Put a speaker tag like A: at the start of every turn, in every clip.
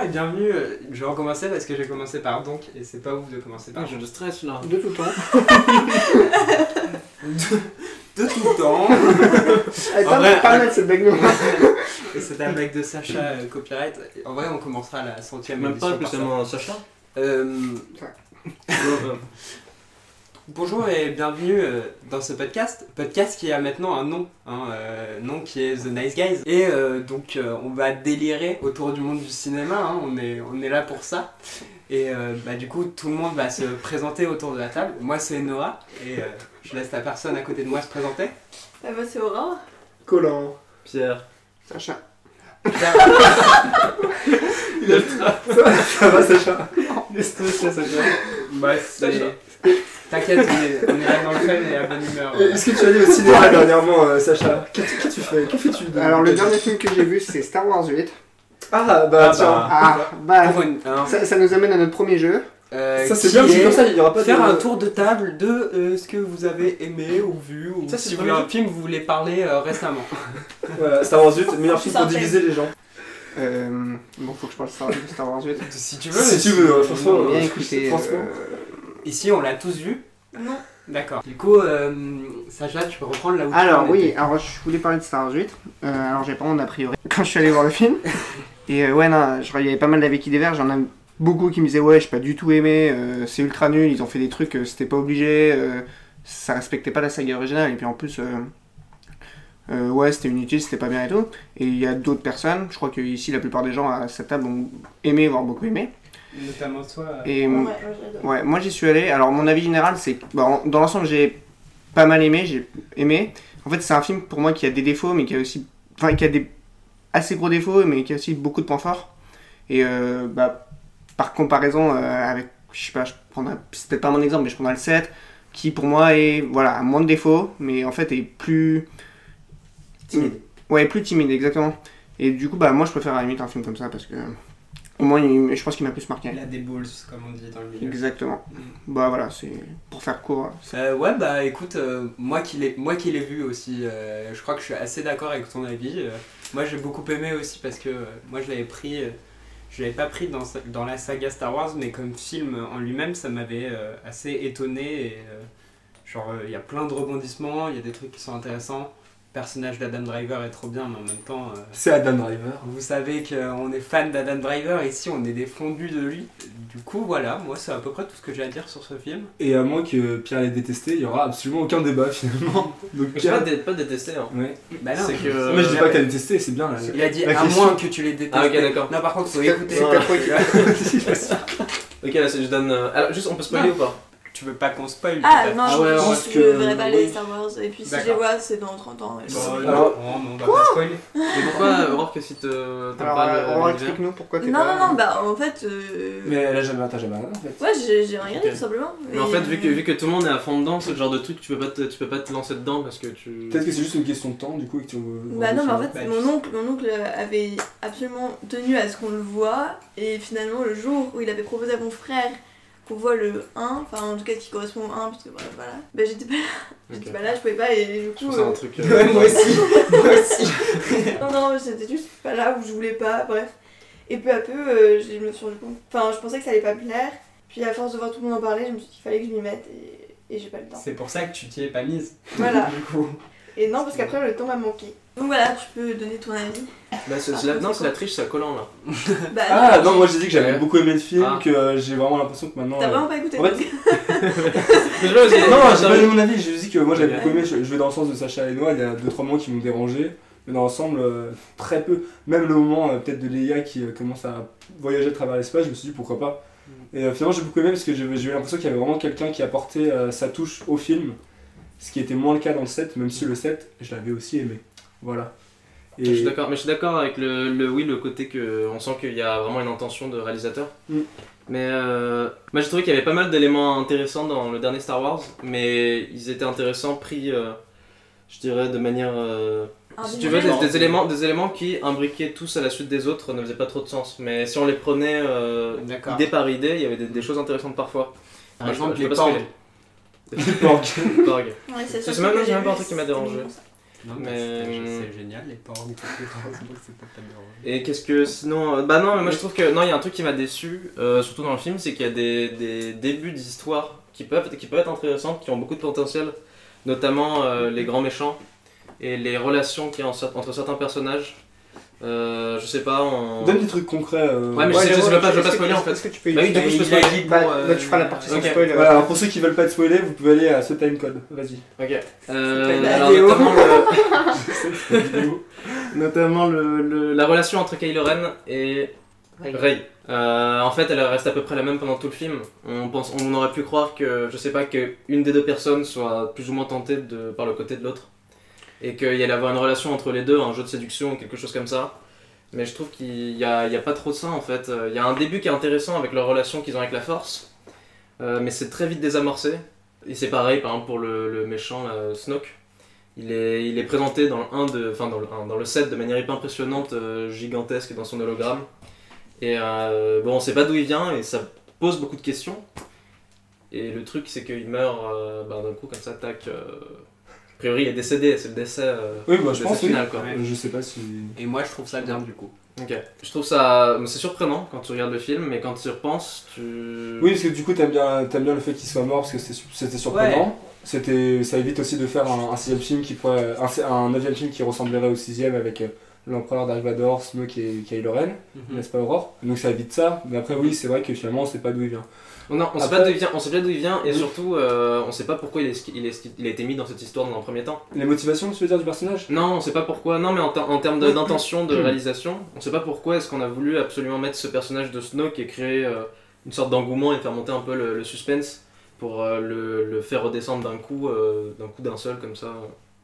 A: et bienvenue. euh, Je vais recommencer parce que j'ai commencé par donc et c'est pas ouf de commencer par.
B: je le stress là.
A: De tout temps.
B: De tout le temps.
A: En vrai,
C: pas mal cette blague. non.
A: Et c'est un mec de Sacha euh, Copyright. Et En vrai, on commencera la centième
B: Même
A: édition
B: pas, plus
A: par ça.
B: seulement Sacha.
A: Euh, Bonjour et bienvenue euh, dans ce podcast. Podcast qui a maintenant un nom, hein, euh, nom qui est The Nice Guys. Et euh, donc euh, on va délirer autour du monde du cinéma, hein, on, est, on est là pour ça. Et euh, bah, du coup tout le monde va se présenter autour de la table. Moi c'est Noah et euh, je laisse la personne à côté de moi se présenter.
D: Ah bah c'est Aurore.
C: Colin.
B: Pierre.
C: Sacha.
A: Pierre,
C: Ça va, Sacha
B: Le stress là, Sacha.
A: bah, c'est- T'inquiète, on est, on est là dans le fun et à bonne humeur.
C: Et Est-ce que tu as allé au cinéma dernièrement, euh, Sacha Qu'est-ce que tu fais Que fais-tu de-
E: Alors le
C: de-
E: dernier film que j'ai vu c'est Star Wars 8.
C: Ah, bah
A: Ah,
C: tiens.
E: Ah bah
A: Pour une- hein,
E: ça, ça nous amène à notre premier jeu.
B: bah.
A: euh,
C: Ça, c'est
A: qui
C: bien, c'est
A: est-
C: comme ça, il y aura pas euh,
A: faire
C: de.
A: un tour de table de euh, ce que vous avez aimé ou vu ou
B: Ça, c'est
A: si
B: pas
A: vous avez
B: mal.
A: un film vous voulez parler euh, récemment.
C: Voilà, Star Wars 8, meilleur film pour
D: Synthèse.
C: diviser les gens.
E: Euh, bon faut que je parle Star- de Star Wars 8.
A: Si tu hein,
C: Si tu veux, ouais, franchement.
E: Bien
C: euh,
E: écoutez,
C: franchement.
E: euh,
A: Ici on l'a tous vu.
D: Non.
A: D'accord. Du coup, euh, Sacha, tu peux reprendre là où tu
E: Alors
A: en
E: oui,
A: étais.
E: alors je voulais parler de Star Wars 8. Euh, alors j'ai pas mon a priori quand je suis allé voir le film. Et euh, ouais non, je- il y avait pas mal d'avis qui dévergent, j'en ai beaucoup qui me disaient ouais j'ai pas du tout aimé, euh, c'est ultra nul, ils ont fait des trucs, euh, c'était pas obligé, euh, ça respectait pas la saga originale, et puis en plus euh, euh, ouais c'était inutile, c'était pas bien et tout. Et il y a d'autres personnes, je crois que ici la plupart des gens à cette table ont aimé, voire beaucoup aimé.
A: Notamment toi. euh,
E: Et
C: Mm.
D: Ouais, moi j'adore.
E: Ouais, moi j'y suis allé. Alors mon avis général, c'est que bah, en- dans l'ensemble j'ai pas mal aimé, j'ai aimé. En fait, c'est un film pour moi qui a des défauts, mais qui a aussi, enfin, qui a des assez gros défauts, mais qui a aussi beaucoup de points forts. Et euh, bah, par comparaison euh, avec, je sais pas, je prendrais, c'est peut-être pas mon exemple, mais je prendrais le 7, qui pour moi est, voilà, a moins de défauts, mais en fait est plus, Mm.
B: Timide.
E: ouais, plus timide, exactement. Et du coup, bah moi je préfère à la limite un film comme ça parce que au moins, il- je pense qu'il m'a plus marqué.
A: Il a des balls, comme on dit dans le milieu.
E: Exactement.
A: Mm.
E: Bah voilà, c'est pour faire court.
A: Euh, ouais, bah écoute, euh, moi qui l'ai moi qui l'ai vu aussi, euh, je crois que je suis assez d'accord avec ton avis. Euh, moi j'ai beaucoup aimé aussi parce que euh, moi je l'avais pris, euh, je l'avais pas pris dans, sa- dans la saga Star Wars, mais comme film en lui-même, ça m'avait euh, assez étonné. Et, euh, genre, euh, il y a plein de rebondissements, il y a des trucs qui sont intéressants. Le personnage d'Adam Driver est trop bien, mais en même temps. euh,
C: C'est Adam Driver.
A: vous savez qu'on est fan d'Adam Driver, ici on est des fondus de lui. Du coup, voilà, moi c'est à peu près tout ce que j'ai à dire sur ce film.
C: Et à moins que Pierre l'ait détesté, il y aura absolument aucun débat finalement. Donc
B: Je suis pas,
C: Pierre.
B: dé- pas détesté. Hein.
C: Ouais.
A: Bah non,
B: C'est que.
C: Moi je dis
B: euh,
C: pas qu'elle a détesté, c'est bien là.
A: Il a dit
C: La
A: à
C: question-
A: moins que tu les détestes.
B: Ah, ok, d'accord.
A: Non, par contre, faut
E: C'est ta-
A: écouter.
E: c'est ta fois
B: Ok, là, c'est- je donne. euh, Alors, juste, on peut spoiler ou pas
A: Tu veux pas qu'on spoil
D: Ah
A: peut-être
D: non,
C: Ah
D: je-
C: ouais,
D: je,
C: parce que-
D: ne verrai pas
C: oui.
D: les
C: Bah,
D: Star Wars. Et puis si je les
A: D'accord.
D: vois, c'est dans 30 ans. et je-
A: Bon, Bah, non,
C: Alors-
A: non, non, on va pas spoiler.
B: Mais pourquoi, euh, Aurore, que si te- euh, t'aimes
E: Alors, euh,
B: pas le-
E: on
B: l'univers
E: explique-nous pourquoi t'es
D: Non,
E: pas...
D: non, non, bah en fait. euh,
C: Mais elle a jamais, t'as jamais regardé en fait.
D: Ouais, j'ai j'ai rien
B: Ok.
D: dit tout simplement. Bah,
B: Mais en fait, vu que, vu que tout le monde est à fond dedans, c'est le genre de truc, tu peux pas te, tu peux pas te lancer dedans parce que tu.
C: Peut-être que c'est juste une question de temps du coup et que tu.
D: Bah non, mais en fait,
A: Bah, tu-
D: mon, oncle, mon oncle avait absolument tenu à ce qu'on le voit, et finalement, le jour où il avait proposé à mon frère qu'on voit le 1, enfin en tout cas qui correspond au 1, parce que voilà, voilà, bah j'étais pas là, j'étais
B: Ok.
D: pas là, je pouvais pas, et du
B: Je
D: coup.
B: trouve ça
D: euh,
B: un truc. euh,
A: Ouais, moi aussi. moi aussi.
D: Non, non, j'étais juste pas là où je voulais pas, bref. Et peu à peu, euh, je me suis rendu compte. Enfin, je pensais que ça allait pas me plaire. Puis à force de voir tout le monde en parler, je me suis dit qu'il fallait que je m'y mette et, et j'ai pas le temps.
A: C'est pour ça que tu t'y es pas mise.
D: Voilà.
A: Du coup.
D: Et non, parce qu'après, le temps m'a manqué. Donc voilà, tu peux donner ton avis.
B: Bah, c'est- c'est la- non, c'est la triche, c'est à collant là.
D: Bah,
C: Ah non, moi j'ai dit que j'avais
B: Ouais.
C: beaucoup aimé le film,
B: Ah.
C: que euh, j'ai vraiment l'impression que maintenant.
D: t'as
C: euh,
D: vraiment pas écouté.
C: en fait,
D: donc.
B: Déjà, c'est-
C: Non, j'ai
B: ça-
C: pas donné mon avis, j'ai dit que moi j'avais
B: Ouais.
C: beaucoup aimé, je je vais dans le sens de Sacha et Noah, il y a 2-3 moments qui m'ont dérangé, mais dans l'ensemble, euh, très peu. Même le moment euh, peut-être de Leia qui euh, commence à voyager à travers l'espace, je me suis dit pourquoi pas. Et euh, finalement j'ai beaucoup aimé parce que j'ai j'ai eu l'impression qu'il y avait vraiment quelqu'un qui apportait euh, sa touche au film, ce qui était moins le cas dans le 7, même si le 7, je l'avais aussi aimé. Voilà.
B: Je suis
C: Et
B: d'accord, mais je suis d'accord avec le, le oui, le côté que on sent qu'il y a vraiment une intention de réalisateur.
C: Mm.
B: Mais euh, moi j'ai trouvé qu'il y avait pas mal d'éléments intéressants dans le dernier Star Wars, mais ils étaient intéressants pris, euh, je dirais, de manière. euh,
D: Ah,
B: si
D: bon,
B: tu veux,
D: ouais.
B: des, des éléments, des éléments qui imbriquaient tous à la suite des autres ne faisaient pas trop de sens. Mais si on les prenait euh,
A: D'accord.
B: idée par idée, il y avait des, des choses intéressantes parfois.
A: Par
B: Moi, Bah, je-
A: exemple,
B: je
A: les
B: sais pas ce que
A: porgs.
B: j'ai- Les porgs.
D: Ouais,
B: C'est
D: sûr
B: même-
D: que
B: c'est
D: j'ai
B: même pas un
D: vu,
B: truc qui m'a
D: c'était
B: dérangé.
D: bon, ça.
A: Non, mais,
B: Mais,
A: c'était-
B: euh,
A: c'est génial, les porcs, mais heureusement que c'était pas bien.
B: Et qu'est-ce que sinon euh, Bah non, mais moi je trouve que non, il y a un truc qui m'a déçu, euh, surtout dans le film, c'est qu'il y a des, des débuts d'histoires qui peuvent, qui peuvent être intéressantes, qui ont beaucoup de potentiel, notamment euh, les grands méchants et les relations qu'il y a en cer- entre certains personnages. Euh, je sais pas, en...
C: Donne des trucs concrets. euh,
B: Ouais, mais je sais- je sais pas, je veux pas spoiler, en fait.
E: Est-ce que tu peux
B: Bah oui, du coup, je peux
A: Il a
B: spoiler.
A: dit,
E: Bah,
A: bon, euh,
E: bah, tu feras la partie sans
B: ok.
E: spoil.
C: Voilà, alors pour ceux qui veulent pas être spoilés, vous pouvez aller à ce timecode. Vas-y.
B: Ok.
E: C'est pas
B: Euh,
E: une
B: alors,
E: vidéo.
B: notamment, le-
C: Vidéo.
B: notamment le- le- la relation entre Kylo Ren et Ray. Euh, en fait, elle reste à peu près la même pendant tout le film. On pense, on aurait pu croire que, je sais pas, que une des deux personnes soit plus ou moins tentée de, par le côté de l'autre, et qu'il y allait avoir une relation entre les deux, un jeu de séduction, quelque chose comme ça. Mais je trouve qu'il y a, il y a pas trop de ça en fait. Euh, Il y a un début qui est intéressant avec leur relation qu'ils ont avec la Force, euh, mais c'est très vite désamorcé. Et c'est pareil, par exemple pour le, le méchant là, Snoke. Il est, il est présenté dans le 1 de, enfin dans le 1, dans le 7 de manière hyper impressionnante, euh, gigantesque dans son hologramme. Et euh, bon, on sait pas d'où il vient et ça pose beaucoup de questions. Et le truc, c'est qu'il meurt euh, bah, d'un coup comme ça, tac. euh, a priori, il est décédé, c'est le décès. euh,
C: Oui, bah
B: le
C: je
B: décès
C: pense. oui.
B: final, quoi.
A: Ouais.
C: Euh, Je sais pas si.
A: Et moi, je trouve ça bien, du coup.
B: Ok. Je trouve ça. C'est surprenant quand tu regardes le film, mais quand tu y repenses, tu.
C: Oui, parce que du coup, t'aimes bien, t'aimes bien le fait qu'il soit mort parce que c'était su- c'était surprenant. C'était, ça évite aussi de faire un, un sixième film qui pourrait, un, si- un neuvième film qui ressemblerait au sixième avec euh, l'empereur Dark Vador, Snoke et Kylo Ren,
A: Mhm.
B: Mm.
C: n'est-ce pas Aurore Donc ça évite ça. Mais après, oui, c'est vrai que finalement, on sait pas d'où il vient.
B: On, on sait
C: Après-
B: pas d'où il vient, on sait pas d'où il vient, et
C: Oui.
B: surtout, euh, on sait pas pourquoi il, est, il, est- il a été mis dans cette histoire dans un premier temps.
C: Les motivations, tu veux dire, du personnage
B: Non, on sait pas pourquoi. Non, mais en, ter- en termes de- d'intention, de réalisation, on sait pas pourquoi est-ce qu'on a voulu absolument mettre ce personnage de Snoke et créer euh, une sorte d'engouement et faire monter un peu le, le suspense pour euh, le, le faire redescendre d'un coup, euh, d'un coup d'un seul comme ça.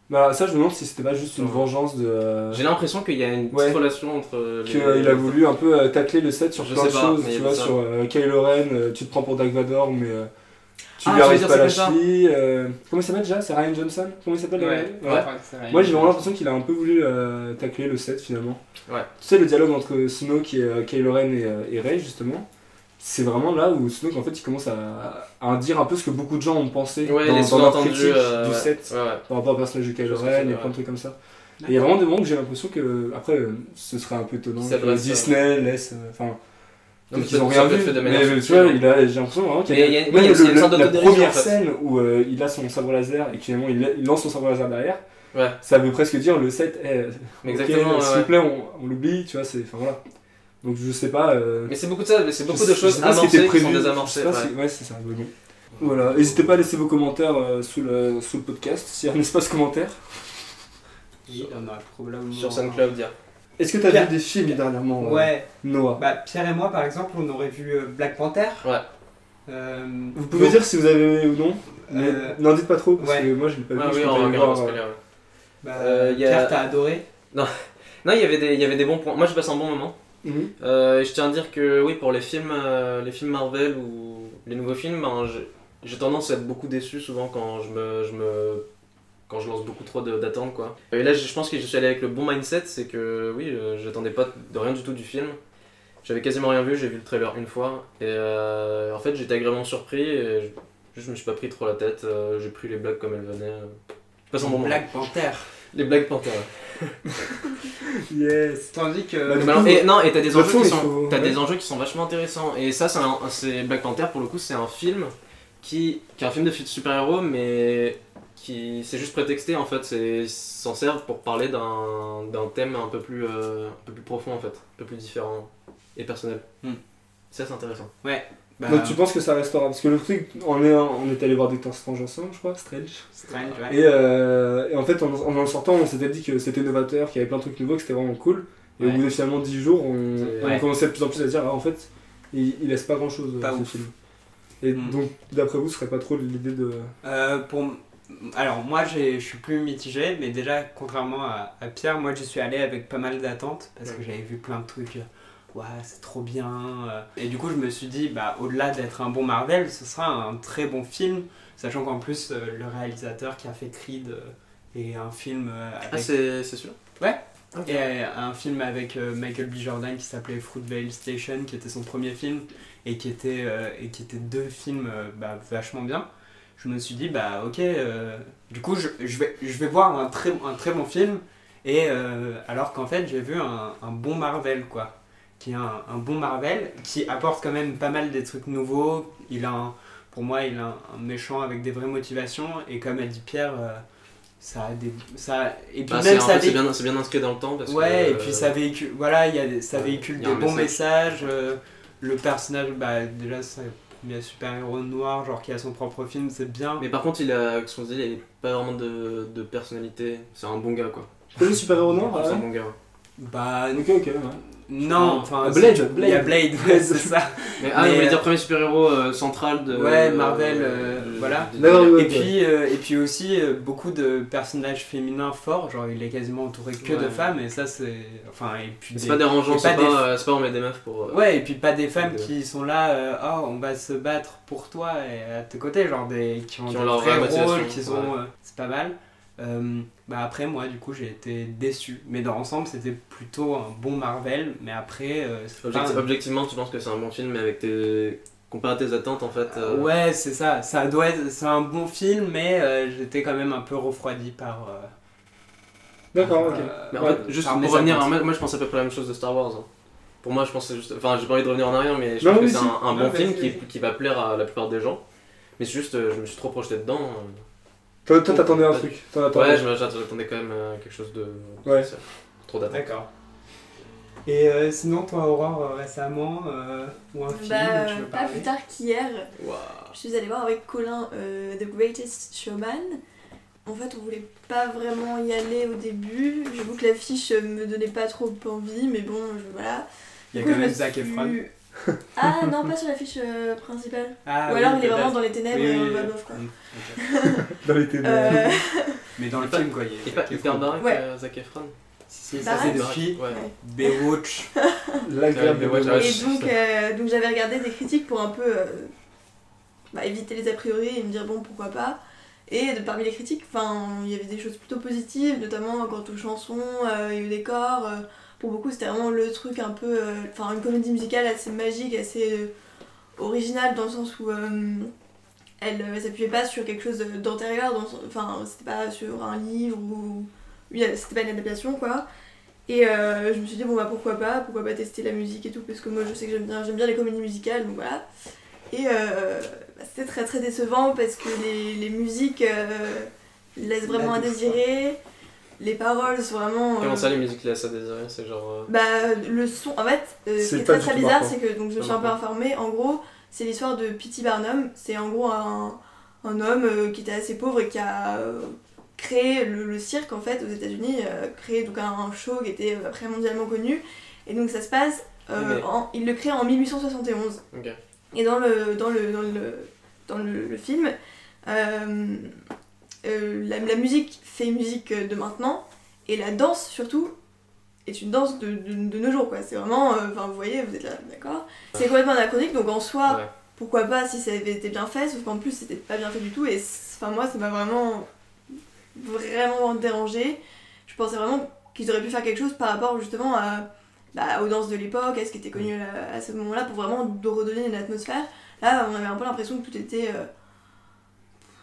C: Bah, ça, je me demande si c'était pas juste une
B: Ouais.
C: vengeance de. euh,
B: J'ai l'impression qu'il y a une petite
C: Ouais.
B: relation entre. euh, les-
C: Qu'il a voulu un peu euh, tacler le set sur
B: Je
C: plein
B: sais
C: de
B: pas,
C: choses,
B: mais
C: tu
B: il
C: vois,
B: y a ça.
C: sur euh, Kylo Ren, euh, tu te prends pour Dark Vador, mais euh, tu
B: Ah,
C: lui
B: tu veux
C: arrives
B: dire,
C: pas
B: c'est
C: la
B: comme ça.
C: cheville. euh, Comment il s'appelle déjà C'est Ryan Johnson Comment il s'appelle
B: Ouais,
C: euh, ouais. Moi j'ai vraiment l'impression qu'il a un peu voulu euh, tacler le set finalement.
B: Ouais.
C: Tu sais, le dialogue entre Snoke et euh, Kylo Ren et, euh, et Rey justement, c'est vraiment là où Snoke en fait il commence à, à en dire un peu ce que beaucoup de gens ont pensé
B: Ouais,
C: dans,
B: les
C: dans leur
B: sous-entendus
C: critique
B: euh,
C: du
B: ouais.
C: set
B: Ouais, ouais.
C: par rapport au personnage de Kylo
B: Chose que
C: Ren
B: c'est,
C: et
B: ouais.
C: plein de trucs comme ça. Et il y a vraiment des moments que j'ai l'impression que, après, euh, ce serait un peu étonnant
B: Qui
C: que
B: s'adresse,
C: Disney laisse. euh, Enfin,
B: Non, mais
C: peut-être qu'ils ont
B: ça
C: rien
B: peut
C: vu.
B: être fait de manière
C: Mais euh, tu
B: subtile,
C: vois,
B: ouais.
C: il a- j'ai l'impression vraiment qu'il
B: hein. Mais il y a-
C: Même
B: oui, il y a-
C: le-
B: il y a une sorte
C: le- la
B: d'autodérision,
C: première
B: en fait.
C: scène où euh, il a son sabre laser et que finalement il, il lance son sabre laser derrière,
B: Ouais.
C: ça veut presque dire le 7 est.
B: Mais exactement, ouais,
C: S'il
B: ouais.
C: vous plaît, on, on l'oublie, tu vois, c'est. Enfin voilà. Donc je sais pas. euh,
B: Mais c'est beaucoup de ça, mais c'est
C: je
B: beaucoup
C: sais-
B: de
C: je
B: choses
C: sais pas ce qui
B: amorcées
C: était
B: qui sont
C: prévu,
B: désamorcées.
C: je sais pas
B: ouais.
C: si- Ouais, c'est ça, mais bon. Voilà, n'hésitez pas à laisser vos commentaires euh, sous, le, sous le podcast, s'il y a un espace commentaire.
A: on aura probablement.
B: Sur SoundCloud, dire.
C: Est-ce que t'as
A: Pierre.
C: vu des films dernièrement euh,
A: Ouais,
C: Noah
A: bah Pierre et moi, par exemple, on aurait vu euh, Black Panther.
B: Ouais.
A: Euh,
C: Vous pouvez
A: donc,
C: dire si vous avez aimé ou non, mais
A: euh,
C: n'en dites pas trop, parce
A: ouais.
C: que moi je l'ai pas vu.
B: Ah
C: je
B: oui,
C: peux
B: on
C: pas le
B: regarde, on
C: voir,
B: se
C: euh.
B: calme.
A: bah,
B: euh, y a-
A: Pierre, t'as adoré.
B: Non, il y avait des- il y avait des bons points. Moi, je passe un bon moment.
C: Mhm.
B: Euh, et je tiens à dire que oui, pour les films, euh, les films Marvel ou les nouveaux films, ben, j'ai- j'ai tendance à être beaucoup déçu souvent quand je me, je me- quand je lance beaucoup trop de- d'attentes quoi. Et là, je je pense que je suis allé avec le bon mindset, c'est que oui, euh, j'attendais pas de rien du tout du film. J'avais quasiment rien vu, j'ai vu le trailer une fois et euh, en fait j'étais agréablement surpris. Et je, je me suis pas pris trop la tête, euh, j'ai pris les blagues comme elles venaient. euh. Je passe un bon moment.
A: Black Panther.
B: Les blagues panthères.
C: Yes
A: Tandis que.
C: Bah,
B: Mais
C: du
B: alors,
C: coup,
B: et, non, et t'as des
C: le
B: enjeux
C: fond,
B: qui
C: il
B: sont,
C: faut-
B: t'as
C: ouais.
B: des enjeux qui sont vachement intéressants. Et ça, c'est, un- c'est Black Panther pour le coup, c'est un film qui, qui est un film de super héros, mais qui c'est juste prétexté en fait. C'est ils s'en servent pour parler d'un, d'un thème un peu plus, euh, un peu plus profond en fait, un peu plus différent et personnel.
A: Hmm.
B: Ça, c'est intéressant.
A: bah,
C: Donc tu penses que ça restera Parce que le truc, on est, on est allé voir Doctor Strange ensemble, je crois, Strange.
A: Strange, ouais.
C: Et, euh, et en fait, en en, en sortant, on s'était dit que c'était novateur, qu'il y avait plein de trucs nouveaux, que c'était vraiment cool. Et au
A: Ouais.
C: bout de finalement 10 jours, on,
B: C'est-
C: on
A: Ouais.
C: commençait de plus en plus à dire, ah, en fait, il, il laisse pas grand chose
A: Pas
C: ce
A: ouf.
C: film. Et
A: Mm.
C: donc, d'après vous, ce serait pas trop l'idée de.
A: Euh, pour... m- Alors moi j'ai- je suis plus mitigé, mais déjà contrairement à, à Pierre, moi je suis allé avec pas mal d'attentes parce que
B: Ouais.
A: j'avais vu plein de trucs. euh, Ouah, c'est trop bien. euh. Et du coup, je me suis dit, bah, au-delà d'être un bon Marvel, ce sera un très bon film, sachant qu'en plus, euh, le réalisateur qui a fait Creed euh, est un film euh, avec
B: Ah, c'est, c'est sûr.
A: Ouais.
B: Ok.
A: et euh, un film avec euh, Michael B. Jordan qui s'appelait Fruitvale Station, qui était son premier film, et qui était, euh, et qui était deux films euh, bah, vachement bien. je me suis dit, bah ok, euh, du coup, je, je vais, je vais voir un très, un très bon film, et euh, alors qu'en fait, j'ai vu un, un bon Marvel, quoi. Qui est un, un bon Marvel, qui apporte quand même pas mal des trucs nouveaux. Il a un- pour moi, il a un, un méchant avec des vraies motivations, et comme a dit Pierre, euh, ça a des. Ça, a- et puis
B: Bah, c'est
A: même
B: en
A: ça
B: fait,
A: dé-
B: c'est bien, c'est bien inscrit dans le temps parce que,
A: ouais, et
B: euh,
A: puis ça véhicule, voilà, il y a, des- ça
B: ouais,
A: véhicule
B: il y
A: des
B: a un
A: bons messages. euh, le personnage, bah, déjà, c'est un premier super-héros noir, genre qui a son propre film, c'est bien.
B: Mais par contre, il a, ce qu'on se dit, il a pas vraiment de, de personnalité. C'est un bon gars quoi.
C: C'est le super-héros
B: C'est
C: noir
B: un
C: Oh ouais.
B: bon gars.
A: Bah,
C: Ok, ok, ouais.
A: non,
B: Ah,
A: enfin.
C: Blade,
A: c'est-
C: Blade.
A: Il y a Blade, ouais, c'est ça.
B: Mais, ah,
A: Mais,
B: je voulais
A: euh,
B: dire premier super-héros euh, central de.
A: Ouais, Marvel,
B: euh,
A: euh, voilà.
B: de-
C: D'accord,
B: de-
C: ouais.
A: Et puis, euh, et puis aussi, euh, beaucoup de personnages féminins forts, genre il est quasiment entouré que de
B: Ouais.
A: femmes, et ça c'est. Enfin, et puis.
B: C'est
A: des-
B: pas dérangeant,
A: et pas
B: c'est pas,
A: des-
B: euh, c'est pas on met des meufs pour. euh,
A: Ouais, et puis pas des femmes
B: Des-
A: qui sont là, euh, oh, on va se battre pour toi et à tes côtés, genre des qui ont,
B: Qui
A: des
B: ont leur
A: vrais
B: vraie motivation,
A: rôles, qui sont,
B: ouais.
A: euh, c'est pas mal. Euh, bah après moi du coup j'ai été déçu, mais dans l'ensemble c'était plutôt un bon Marvel, mais après euh, c'est pas
B: objecti-
A: un-
B: Objectivement, tu penses que c'est un bon film, mais avec tes. Comparé à tes attentes en fait. euh,
A: ouais c'est ça, ça doit être- c'est un bon film, mais euh, j'étais quand même un peu refroidi par. euh,
C: D'accord, ok.
A: euh,
B: Mais en
A: ouais,
B: fait, juste
A: par
B: pour
A: mes
B: revenir,
A: attentes.
B: moi, moi je pense à peu près la même chose de Star Wars. hein. Pour moi, je pense que c'est juste. Enfin, j'ai pas envie de revenir en arrière, mais je
C: Non,
B: pense que
C: oui,
B: c'est
C: si.
B: un, un
C: Non,
B: bon
C: mais
B: film
C: si,
B: qui,
C: oui.
B: qui va plaire à la plupart des gens. Mais c'est juste, euh, je me suis trop projeté dedans. euh.
C: Toi, toi, t'attendais un truc. T'en
B: Ouais,
C: attendais.
B: je- j'attendais quand même euh, quelque chose de.
C: Ouais.
B: c'est- Trop d'attente.
A: D'accord. Et euh, sinon toi Aurore euh, récemment euh, ou un film
D: Bah,
A: tu veux
D: pas
A: parler
D: plus tard qu'hier,
B: Waouh.
D: je suis allée voir avec Colin euh, The Greatest Showman. En fait, on voulait pas vraiment y aller au début. J'avoue que l'affiche euh, me donnait pas trop envie, mais bon, je- voilà.
A: Il y
D: Du
A: a quand
D: coup, je
A: même
D: me
A: Zac
D: suis-
A: Efron.
D: Ah non, pas sur l'affiche euh, principale.
A: Ah,
D: Ou
A: oui,
D: alors il est
A: peut-être.
D: vraiment dans les ténèbres
A: Oui,
D: et
A: oui,
D: on le voit
A: oui.
D: de off, quoi.
A: Mm, ok.
C: Dans les ténèbres.
D: Euh,
A: Mais dans le
B: Il est
A: film, quoi. Il
B: Il est pas hyper baraque,
D: Ouais.
B: euh, Zac Efron
A: Si, si, ça
D: Baraque.
A: c'est depuis
B: Ouais.
A: Baywatch.
C: La guerre
B: mais ouais,
C: de
B: ouais,
D: et
B: je-
D: donc, euh, donc j'avais regardé des critiques pour un peu euh, bah, éviter les a priori et me dire bon pourquoi pas. Et de- parmi les critiques, enfin, il y avait des choses plutôt positives, notamment quant aux chansons euh, et au décor. euh, pour beaucoup, c'était vraiment le truc un peu. euh, Enfin, une comédie musicale assez magique, assez euh, originale, dans le sens où euh, elle euh, s'appuyait pas sur quelque chose de- d'antérieur, dans le sens- enfin, c'était pas sur un livre ou. oui, euh, C'était pas une adaptation, quoi. Et euh, je me suis dit, bon, bah pourquoi pas, pourquoi pas tester la musique et tout, parce que moi je sais que j'aime bien, j'aime bien les comédies musicales, donc voilà. Et euh, bah, c'était très très décevant parce que les, les musiques euh, laissent vraiment
A: La
D: à
A: douche,
D: désirer, les paroles sont vraiment. euh,
B: Comment ça, les musiques laissent à désirer C'est genre. euh,
D: bah, le son, en fait, euh,
C: C'est
D: ce qui est
C: pas
D: très
C: du
D: très
C: tout
D: bizarre,
C: marquant.
D: c'est que donc je me
B: Pas
D: suis un peu
B: marquant.
D: informée. En gros, c'est l'histoire de P.T. Barnum. C'est en gros un, un homme euh, qui était assez pauvre et qui a euh, créé le, le cirque en fait aux États-Unis, euh, créé donc un, un show qui était euh, après mondialement connu. Et donc ça se passe, euh,
B: Mais-
D: en- il le crée en 1871.
B: Ok.
D: Et dans le, dans le, dans le, dans le, le film, euh, euh, la, la musique fait musique de maintenant, et la danse surtout est une danse de, de- de nos jours, quoi. C'est vraiment, euh, enfin vous voyez, vous êtes là, d'accord C'est complètement anachronique, donc en soi,
B: Ouais.
D: pourquoi pas si ça avait été bien fait, sauf qu'en plus c'était pas bien fait du tout, et c'est- enfin moi ça m'a vraiment, vraiment dérangé. Je pensais vraiment qu'ils auraient pu faire quelque chose par rapport justement à bah, aux danses de l'époque, à ce qui était connu euh, à, à ce moment-là, pour vraiment de redonner une atmosphère. Là, on avait un peu l'impression que tout était, euh,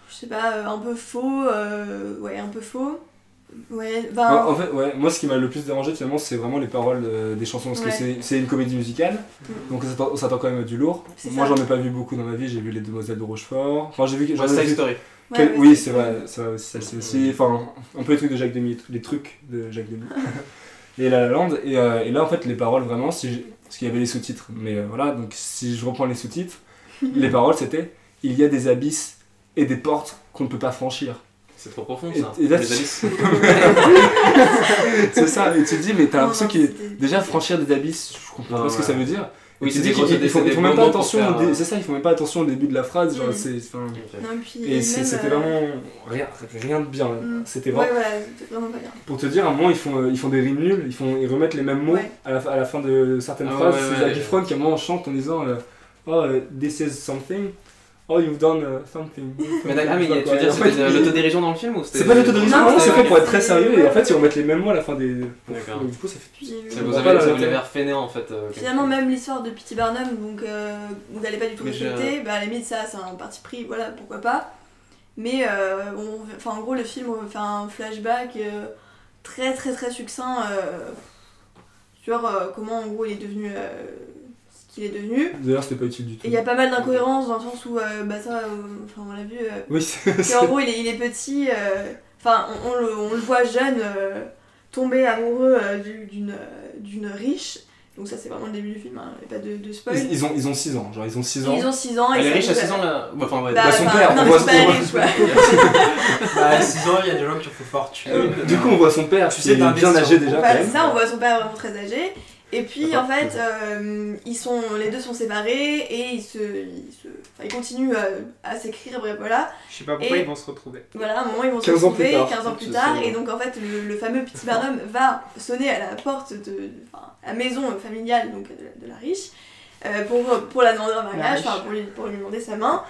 D: je sais pas, euh, un peu faux, euh, ouais, un peu faux. Ouais,
C: Ouais,
D: bah,
C: En fait, ouais, moi ce qui m'a le plus dérangé finalement, c'est vraiment les paroles euh, des chansons parce
D: Ouais.
C: que c'est- c'est une comédie musicale,
D: Mm.
C: donc on s'attend- on s'attend quand même à du lourd.
D: C'est
C: Moi
D: ça.
C: j'en ai pas vu beaucoup dans ma vie, j'ai vu Les Demoiselles de Rochefort. Enfin, j'ai vu. j'en ai
B: Ouais, Side
C: vu
B: Story.
D: ouais,
C: quel-
D: ouais,
C: oui, c'est vrai, ça va aussi, celle-ci aussi.
B: Mm.
C: Enfin, un peu les trucs de Jacques Demy, les trucs de Jacques Demy. et La La Land. Et, euh, et là en fait, les paroles vraiment, si j'ai- parce qu'il y avait les sous-titres, mais euh, voilà, donc si je reprends les sous-titres, les paroles c'était Il y a des abysses et des portes qu'on ne peut pas franchir.
B: C'est trop profond
C: Et-
B: ça.
C: et là,
B: Les
C: tu-
B: Alice.
C: C'est ça, et tu te dis, mais t'as
D: Non,
C: l'impression
D: non,
C: qu'il est.
D: c'était-
C: Déjà, franchir des abysses, je comprends
B: Ouais,
C: pas ce que
B: Ah, ouais.
C: ça veut dire.
B: Oui,
C: Et
B: c'est
C: tu
B: des
C: dis
B: gros-
C: qu'ils
B: c'est
C: ils font,
B: des
C: ils font
B: gros
C: même pas
B: mots pour
C: attention. au
B: faire,
C: dé-
B: euh,
C: C'est ça, ils font même pas attention au début de la phrase. Genre,
D: Mm.
C: c'est. enfin,
B: Ok.
D: Non, puis
C: Et c'est-
D: même,
C: c'était
D: euh,
C: vraiment rien, rien de bien. là.
D: Mm.
C: C'était
D: Ouais,
C: vraiment.
D: voilà, c'était vraiment pas bien.
C: Pour te dire, à un moment, ils font, euh, ils font des rimes nulles, ils, font, ils remettent les mêmes mots
D: Ouais.
C: à, la, à la fin de certaines
B: Ah,
C: phrases.
B: ouais,
C: c'est
B: ouais,
C: Zac
B: ouais.
C: Efron qui, à un moment, chante en disant euh, Oh, euh, this is something. Oh, you've done euh, something.
B: Mais d'accord, ah, mais
C: Je sais
B: il y a-
C: pas
B: tu
C: quoi.
B: veux dire,
C: En fait,
B: c'était de l'autodérision dans le film ou c'était.
C: c'est pas l'autodérision,
D: Non,
C: vraiment, c'est
D: c'est-
C: fait pour être très sérieux. Et en fait,
D: c'est-
C: ils remettent les mêmes mots à la fin des.
B: D'accord.
C: Donc, du coup, ça fait.
D: Puis, euh,
B: Ça
C: On
B: vous
C: voit
B: avez
C: pas
B: ça vous
C: l'intérêt.
B: l'avait fainéant en fait. euh,
D: Finalement,
B: quelque-
D: même l'histoire de P.T. Barnum, donc euh, vous n'allez pas du tout
B: Mais je-
D: respecter, bah à la limite, ça, c'est un parti pris, voilà, pourquoi pas. Mais euh, on, enfin, en gros, le film on fait un flashback euh, très très très succinct euh, sur euh, comment en gros il est devenu euh, ce qu'il est devenu.
C: D'ailleurs, c'était pas utile du
D: Et
C: tout.
D: il y a pas mal d'incohérences dans le sens où, euh, bah ça, euh, enfin, on l'a vu, euh,
C: Oui, c'est.
D: et en gros, il est, il est petit, euh, enfin, on, on le, on le voit jeune euh, tomber amoureux euh, du- d'une euh, d'une riche. Donc, ça, c'est vraiment le début du film, hein, et pas de, de spoil.
C: Ils, ils ont, ils ont 6 ans, genre ils ont 6 ans.
D: Ils ont 6 ans. et
B: Elle est
D: ça
B: riche à
D: nous a-
B: 6 ans là Bah, Enfin, ouais.
D: Bah,
C: Bah, son
D: enfin,
C: père,
D: non,
C: on
D: mais
C: voit
D: c'est
C: son-
D: pas
C: on voit
D: riche,
C: son-
D: ouais.
A: Bah, à 6 ans, il y a des gens qui ont fait fortune.
C: Euh, du coup, on voit son père,
A: Tu
C: tu
A: sais,
C: sais, il est bien
A: d'investir.
C: âgé déjà
D: Enfin,
C: quand même.
D: c'est ça, on voit son père vraiment très âgé. Et puis en fait, euh, ils sont, les deux sont séparés et ils, se, ils, se- enfin, ils continuent euh, à, s'écrire, bref, voilà.
A: Je sais pas pourquoi
D: Et-
A: ils vont se retrouver.
D: Voilà, à un moment ils vont se
C: 15 ans
D: retrouver,
C: plus tard.
D: 15 ans plus
C: C'est-
D: tard.
C: c'est-
D: Et donc en fait, le, le fameux petit barhomme va sonner à la porte de enfin, la maison familiale donc, de, la- de la riche euh, pour, pour la demander en mariage,
E: riche.
D: enfin, pour, lui, pour lui demander sa main.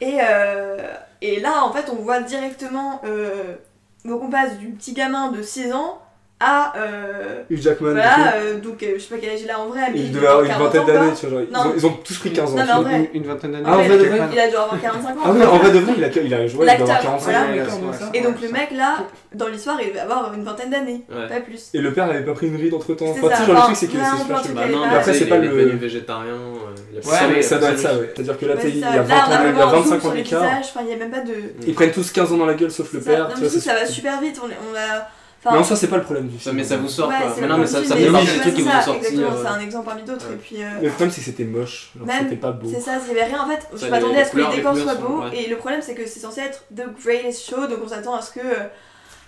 D: Et, euh, et là, en fait, on voit directement. euh, donc on passe du petit gamin de 6 ans à. euh,
C: Hugh Jackman, du coup,
D: voilà, euh, donc euh, je sais pas quel âge il a en vrai, mais
C: il
D: il
C: devait avoir
D: doit
C: une
D: avoir 40
C: vingtaine
D: ans, quoi.
C: d'années, tu vois. Genre,
D: Non.
C: ils, ont, ils ont tous pris 15 ans.
D: Non,
C: tu
D: mais en
C: vois.
D: vrai.
E: Une, une vingtaine d'années.
C: Ah, en vrai, de vrai
D: Il a dû avoir 45 ans.
C: Ah oui, en vrai de vrai, il a, il a, joué, il doit
D: L'acteur,
C: avoir 45
D: voilà.
C: ans.
E: Ouais,
C: comme
E: ouais,
C: ça.
E: ouais.
D: Et donc le mec là, dans l'histoire, il devait avoir une vingtaine d'années,
B: Ouais.
D: pas plus.
C: Et le père avait pas pris une ride entre temps.
D: C'est
C: Enfin, tu
D: ça.
C: sais, genre le
D: Enfin,
C: truc, c'est que
D: ouais,
C: c'est
D: un peu
C: super
D: un
C: chelou.
D: truc
B: Bah, non,
D: Ouais.
B: mais
C: Après, c'est
B: il
C: pas
B: est- il est
C: le.
B: devenu végétarien. euh, il a plus
C: Ouais,
B: jamais-
C: mais ça doit
B: jamais-
C: être ça, ouais. C'est-à-dire que là,
D: Ouais,
C: Bah, t'as-
D: c'est
C: il
D: ça.
C: a 20
D: là, on
C: ans,
D: a
C: il a
D: vraiment un zoom
C: 25 ans
D: sur les
C: d'écart.
D: visages, enfin il n'y a même pas de.
C: Ils prennent tous 15 ans dans la gueule sauf le
D: C'est ça.
C: père. tu
D: Non, mais
C: vois,
D: si,
C: c'est-
D: ça va super vite, on, est- on a.
C: Mais en
D: Enfin,
C: soi, c'est pas le problème du
B: Ça,
C: film.
B: mais ça vous sort
D: ouais,
B: quoi.
D: c'est
B: Mais
D: le
B: non, mais ça
D: problème
B: ça
D: du
B: fait
D: film,
B: partie
D: mais
B: des
D: c'est
B: trucs qui vous
D: ça,
B: ont sorti.
D: Exactement,
B: euh,
D: c'est un exemple parmi d'autres. Et puis. euh,
C: Mais le problème, c'est que c'était moche. Genre,
D: Même-
C: C'était pas beau.
D: C'est ça, il n'y avait rien. En fait, je
B: Ça,
D: m'attendais
B: les
D: à ce que les
B: couleurs, les
D: décors
B: couleurs
D: soient
B: sont-
D: beaux,
B: ouais.
D: et le problème c'est que c'est censé être The Greatest Show, donc on s'attend à ce que. euh,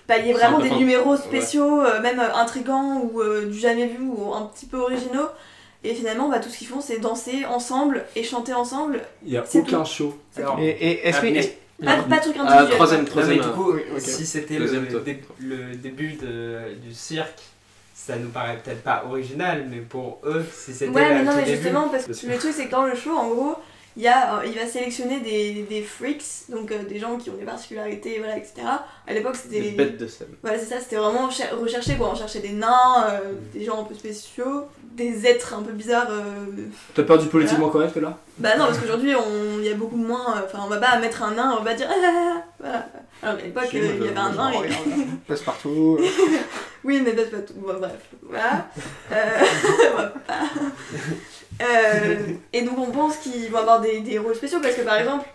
D: bah, il y ait vraiment
B: peu
D: des
B: fin.
D: numéros spéciaux, euh, même euh, intrigants ou euh, du jamais vu ou un petit peu originaux. Et finalement, bah, tout ce qu'ils font, c'est danser ensemble et chanter ensemble.
C: Il y a
D: C'est
C: aucun show.
A: Alors,
E: Et, et est-ce que.
A: apnée.
E: est-ce-
D: Pas, pas de truc
B: Ah,
D: individuel.
B: troisième,
A: Non, mais
B: troisième.
A: du
B: euh,
A: coup,
E: Oui, ok.
A: si c'était
B: Deuxième,
A: le,
B: toi.
A: dé- le début de- du cirque, ça nous paraît peut-être pas original, mais pour eux, si c'était
D: Ouais, mais
A: le
D: non,
A: tout
D: mais
A: début,
D: justement, parce que
C: Parce que-
D: le truc, c'est que dans le show, en gros, il, y a, euh, il va sélectionner des, des freaks, donc euh, des gens qui ont des particularités, voilà, etc. À l'époque, c'était.
B: Des bêtes de scène.
D: Voilà, c'est ça, c'était vraiment cher- recherché quoi. On cherchait des nains, euh, des gens un peu spéciaux, des êtres un peu bizarres. euh.
C: T'as peur du politiquement correct là
D: Bah non, parce qu'aujourd'hui, on- il y a beaucoup moins. euh, Enfin, on va pas mettre un nain, on va dire. Ah, ah, ah, voilà. Alors qu'à l'époque,
E: Si,
D: euh, il y avait un nain.
E: genre,
D: Et...
E: regarde, passe partout.
D: Oui, mais peut-être pas tout. Bon, bref, voilà. Euh, on va pas. Euh, et donc on pense qu'ils vont avoir des, des rôles spéciaux parce que par exemple,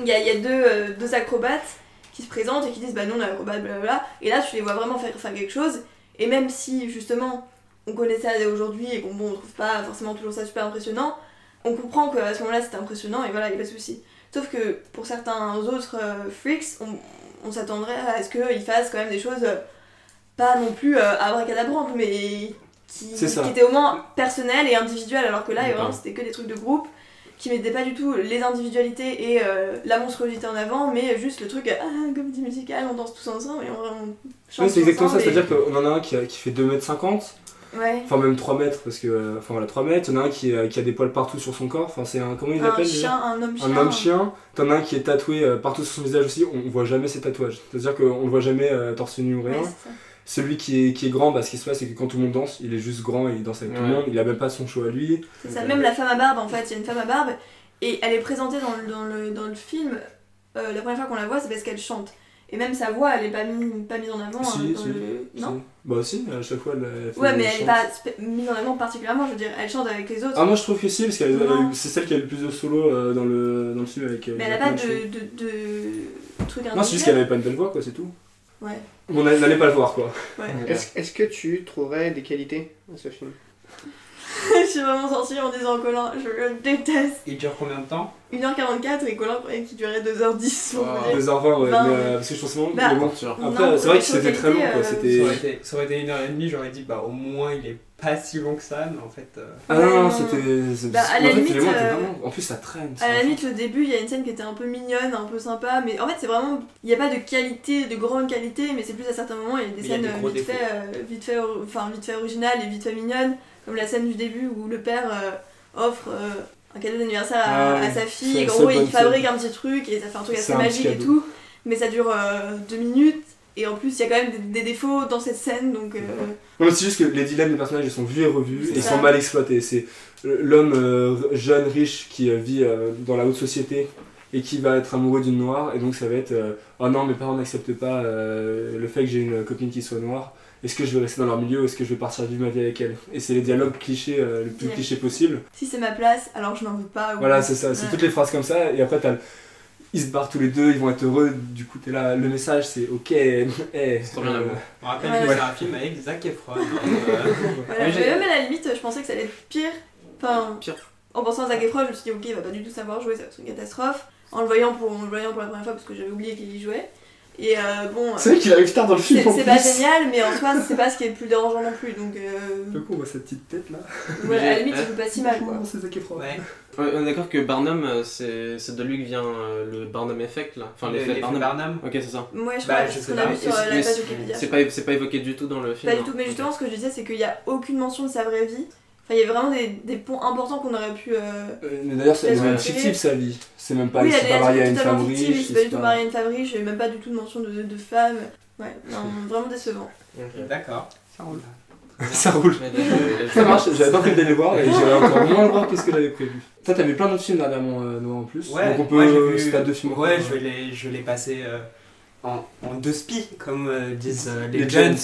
D: il y a, il y a deux, euh, deux acrobates qui se présentent et qui disent bah non, l'acrobate, blablabla. Et là, tu les vois vraiment faire, faire quelque chose. Et même si justement on connaît ça aujourd'hui et qu'on bon, on trouve pas forcément toujours ça super impressionnant, on comprend qu'à ce moment-là c'était impressionnant et voilà, il n'y a pas de souci. Sauf que pour certains autres euh, freaks, on, on s'attendrait à ce qu'ils fassent quand même des choses euh, pas non plus euh, abracadabrantes, mais qui,
C: C'est ça.
D: qui étaient au moins personnelles et individuelles, alors que là,
B: D'accord.
D: vraiment, c'était que des trucs de groupe qui mettaient pas du tout les individualités et euh, la monstruosité en avant, mais juste le truc euh, ah, comédie musicale, on danse tous ensemble et on, on chante.
C: Oui, c'est
D: tous
C: exactement ça,
D: ensemble et-
C: c'est-à-dire qu'on en a un qui, a- qui fait 2m50,
D: Ouais.
C: enfin même 3 mètres, parce que. euh, Enfin voilà, 3 mètres, il y en a un qui, a- qui a des poils partout sur son corps, enfin c'est un. Comment il
D: Un
C: l'appelle déjà
D: chien, un homme chien.
C: un homme chien, t'en as un qui est tatoué euh, partout sur son visage aussi, on, on voit jamais ses tatouages. C'est-à-dire qu'on le voit jamais euh, torse nu ou
D: Ouais,
C: rien.
D: c'est ça.
C: Celui qui est, qui est grand, bah, ce qui se passe, c'est que quand tout le monde danse, il est juste grand et il danse avec tout le
B: Ouais.
C: monde, il a même pas son show à lui.
D: C'est ça, même la femme à barbe en fait, il y a une femme à barbe et elle est présentée dans le, dans le, dans le film. Euh, la première fois qu'on la voit, c'est parce qu'elle chante. Et même sa voix, elle est pas mise pas mise en avant.
C: Si,
D: hein, dans
C: si,
D: le... Non
C: Si. Bah si, à chaque fois, elle, elle fait
D: Ouais,
C: des
D: mais elle est
C: chants.
D: pas spé- mise en avant particulièrement, je veux dire, elle chante avec les autres.
C: Ah, moi je trouve que si, parce que
D: Non.
C: c'est celle qui a le plus de solo euh, dans, le, dans le film avec. euh,
D: mais elle a
C: Jack
D: pas
C: Mansfield.
D: de, de, de truc
C: Non, c'est juste qu'elle avait pas une belle voix, quoi, c'est tout.
D: Ouais.
C: On a- n'allait pas le voir, quoi.
E: Est-ce est-ce que tu trouverais des qualités à ce film
D: je suis vraiment sortie en disant Colin, je le déteste.
A: il dure combien de temps
D: 1h44 et Colin croyait qu'il durait 2h10. pour
B: Wow.
D: vous dire.
C: 2h20, ouais,
D: Bah,
C: mais,
D: ouais.
C: euh, parce que je pense que
D: Bah,
C: mais bon.
B: Sûr.
D: Non,
C: Après, c'est
D: pour
C: vrai
D: les
C: que c'était très long,
D: totalités,
C: quoi.
D: euh,
A: ça
C: C'était.
A: aurait, été, ça aurait été une heure et demie, j'aurais dit bah au moins il est pas si long que ça, mais en fait. euh,
C: Ah non, non,
D: Ouais,
C: c'était. c'est-
D: Bah, à
C: en
D: la
C: fait,
D: limite,
C: l'élément était
D: euh,
C: vraiment. En plus, ça traîne. ça.
D: À la limite, le début, il y a une scène qui était un peu mignonne, un peu sympa, mais en fait, c'est vraiment. Il n'y a pas de qualité, de grande qualité, mais c'est plus à certains moments, il y a des
A: Mais il y a
D: scènes
A: des
D: euh,
A: gros
D: vite,
A: défauts.
D: fait, euh, vite, fait, or- enfin, vite fait originales et vite fait mignonnes, comme la scène du début où le père euh, offre euh, un cadeau d'anniversaire à,
C: Ah ouais,
D: à sa fille,
C: c'est
D: et
C: la
D: qu'en
C: seule
D: gros, il
C: bonne
D: fabrique un petit truc, et ça fait un truc
C: C'est
D: assez
C: un petit
D: magique et
C: cadeau.
D: tout, mais ça dure euh, deux minutes, et en plus, il y a quand même des, des défauts dans cette scène, donc. euh,
C: Non, mais c'est juste que les dilemmes des personnages ils sont vus et revus
D: C'est
C: et ils
D: ça.
C: sont mal exploités. C'est l'homme euh, jeune, riche qui euh, vit euh, dans la haute société et qui va être amoureux d'une noire, et donc ça va être euh, Oh non, mes parents n'acceptent pas euh, le fait que j'ai une copine qui soit noire, est-ce que je vais rester dans leur milieu ou est-ce que je vais partir vivre ma vie avec elle Et c'est les dialogues clichés, euh, le plus
D: Ouais.
C: cliché possible.
D: Si c'est ma place, alors je n'en veux pas. ou-
C: Voilà, c'est ça, c'est
D: Ouais.
C: toutes les phrases comme ça, et après t'as. le- Ils se barrent tous les deux, ils vont être heureux, du coup t'es là, le message c'est ok, eh,
B: trop bien
C: euh,
B: d'amour.
A: On rappelle
D: Ouais.
A: que c'est un film avec Zac Efron. euh,
D: Voilà,
B: Oui,
D: mais
B: j'ai-
D: même à la limite, je pensais que ça allait être pire. Enfin,
B: Pire.
D: En pensant à Zac Efron, je me suis dit, ok, il va pas du tout savoir jouer, ça va être une catastrophe. En le voyant pour, en le voyant pour la première fois, parce que j'avais oublié qu'il y jouait. Et euh, bon, euh,
C: C'est vrai qu'il arrive tard dans le film
D: c'est
C: en
D: c'est pas
C: plus.
D: génial, mais en soi, c'est pas ce qui est le plus dérangeant non plus. Donc, euh,
C: Du coup, on voit sa petite tête là.
D: voilà, à la
B: j'ai-
D: limite, il joue pas si mal quoi.
C: Oh, c'est Zac Efron.
A: ouais.
B: On on est d'accord que Barnum, euh, c'est c'est de lui que vient euh, le Barnum Effect là. Enfin,
A: Le-
B: l'effet
A: l'effet
B: Barnum.
A: Barnum.
B: Ok, c'est ça.
D: Moi, je
A: Bah,
D: crois
A: je
D: que ce
A: sais
D: qu'on
A: pas,
D: a vu sur
A: mais
D: euh, la
B: mais
D: page Wikipédia.
B: C'est pas, c'est pas évoqué du tout dans le film. hein.
D: Pas du tout, mais
B: Ok.
D: justement, ce que je disais, c'est qu'il y a aucune mention de sa vraie vie. Enfin, il y a vraiment des, des ponts importants qu'on aurait pu. euh,
C: Euh, Mais d'ailleurs, c'est
D: Est-ce
C: même
D: que-
C: fictif sa vie. C'est même pas,
D: oui,
C: il s'est
D: elle est
C: pas marié à une
D: totalement
C: femme
D: fictive,
C: riche.
D: il s'est pas
C: c'est
D: du tout
C: pas-
D: marié à une femme riche, j'ai même pas du tout de mention de, de femme. Ouais, non, vraiment décevant.
B: Ok.
A: D'accord.
E: Ça roule.
C: Ça roule.
B: Mais là, je- là, je-
C: Ça marche, j'avais pas prévu d'aller voir et j'avais encore moins le voir que ce que j'avais prévu. Toi, t'avais plein d'autres films dernièrement, euh, Noah, en plus.
A: Ouais,
C: Donc on
A: moi,
C: peut.
A: j'ai vu-
C: Si t'as deux films. euh,
A: Ouais, je vais les, je vais les passer euh, en, en deux spies, comme euh, disent euh, les,
C: Les
A: jeunes.
C: Jones.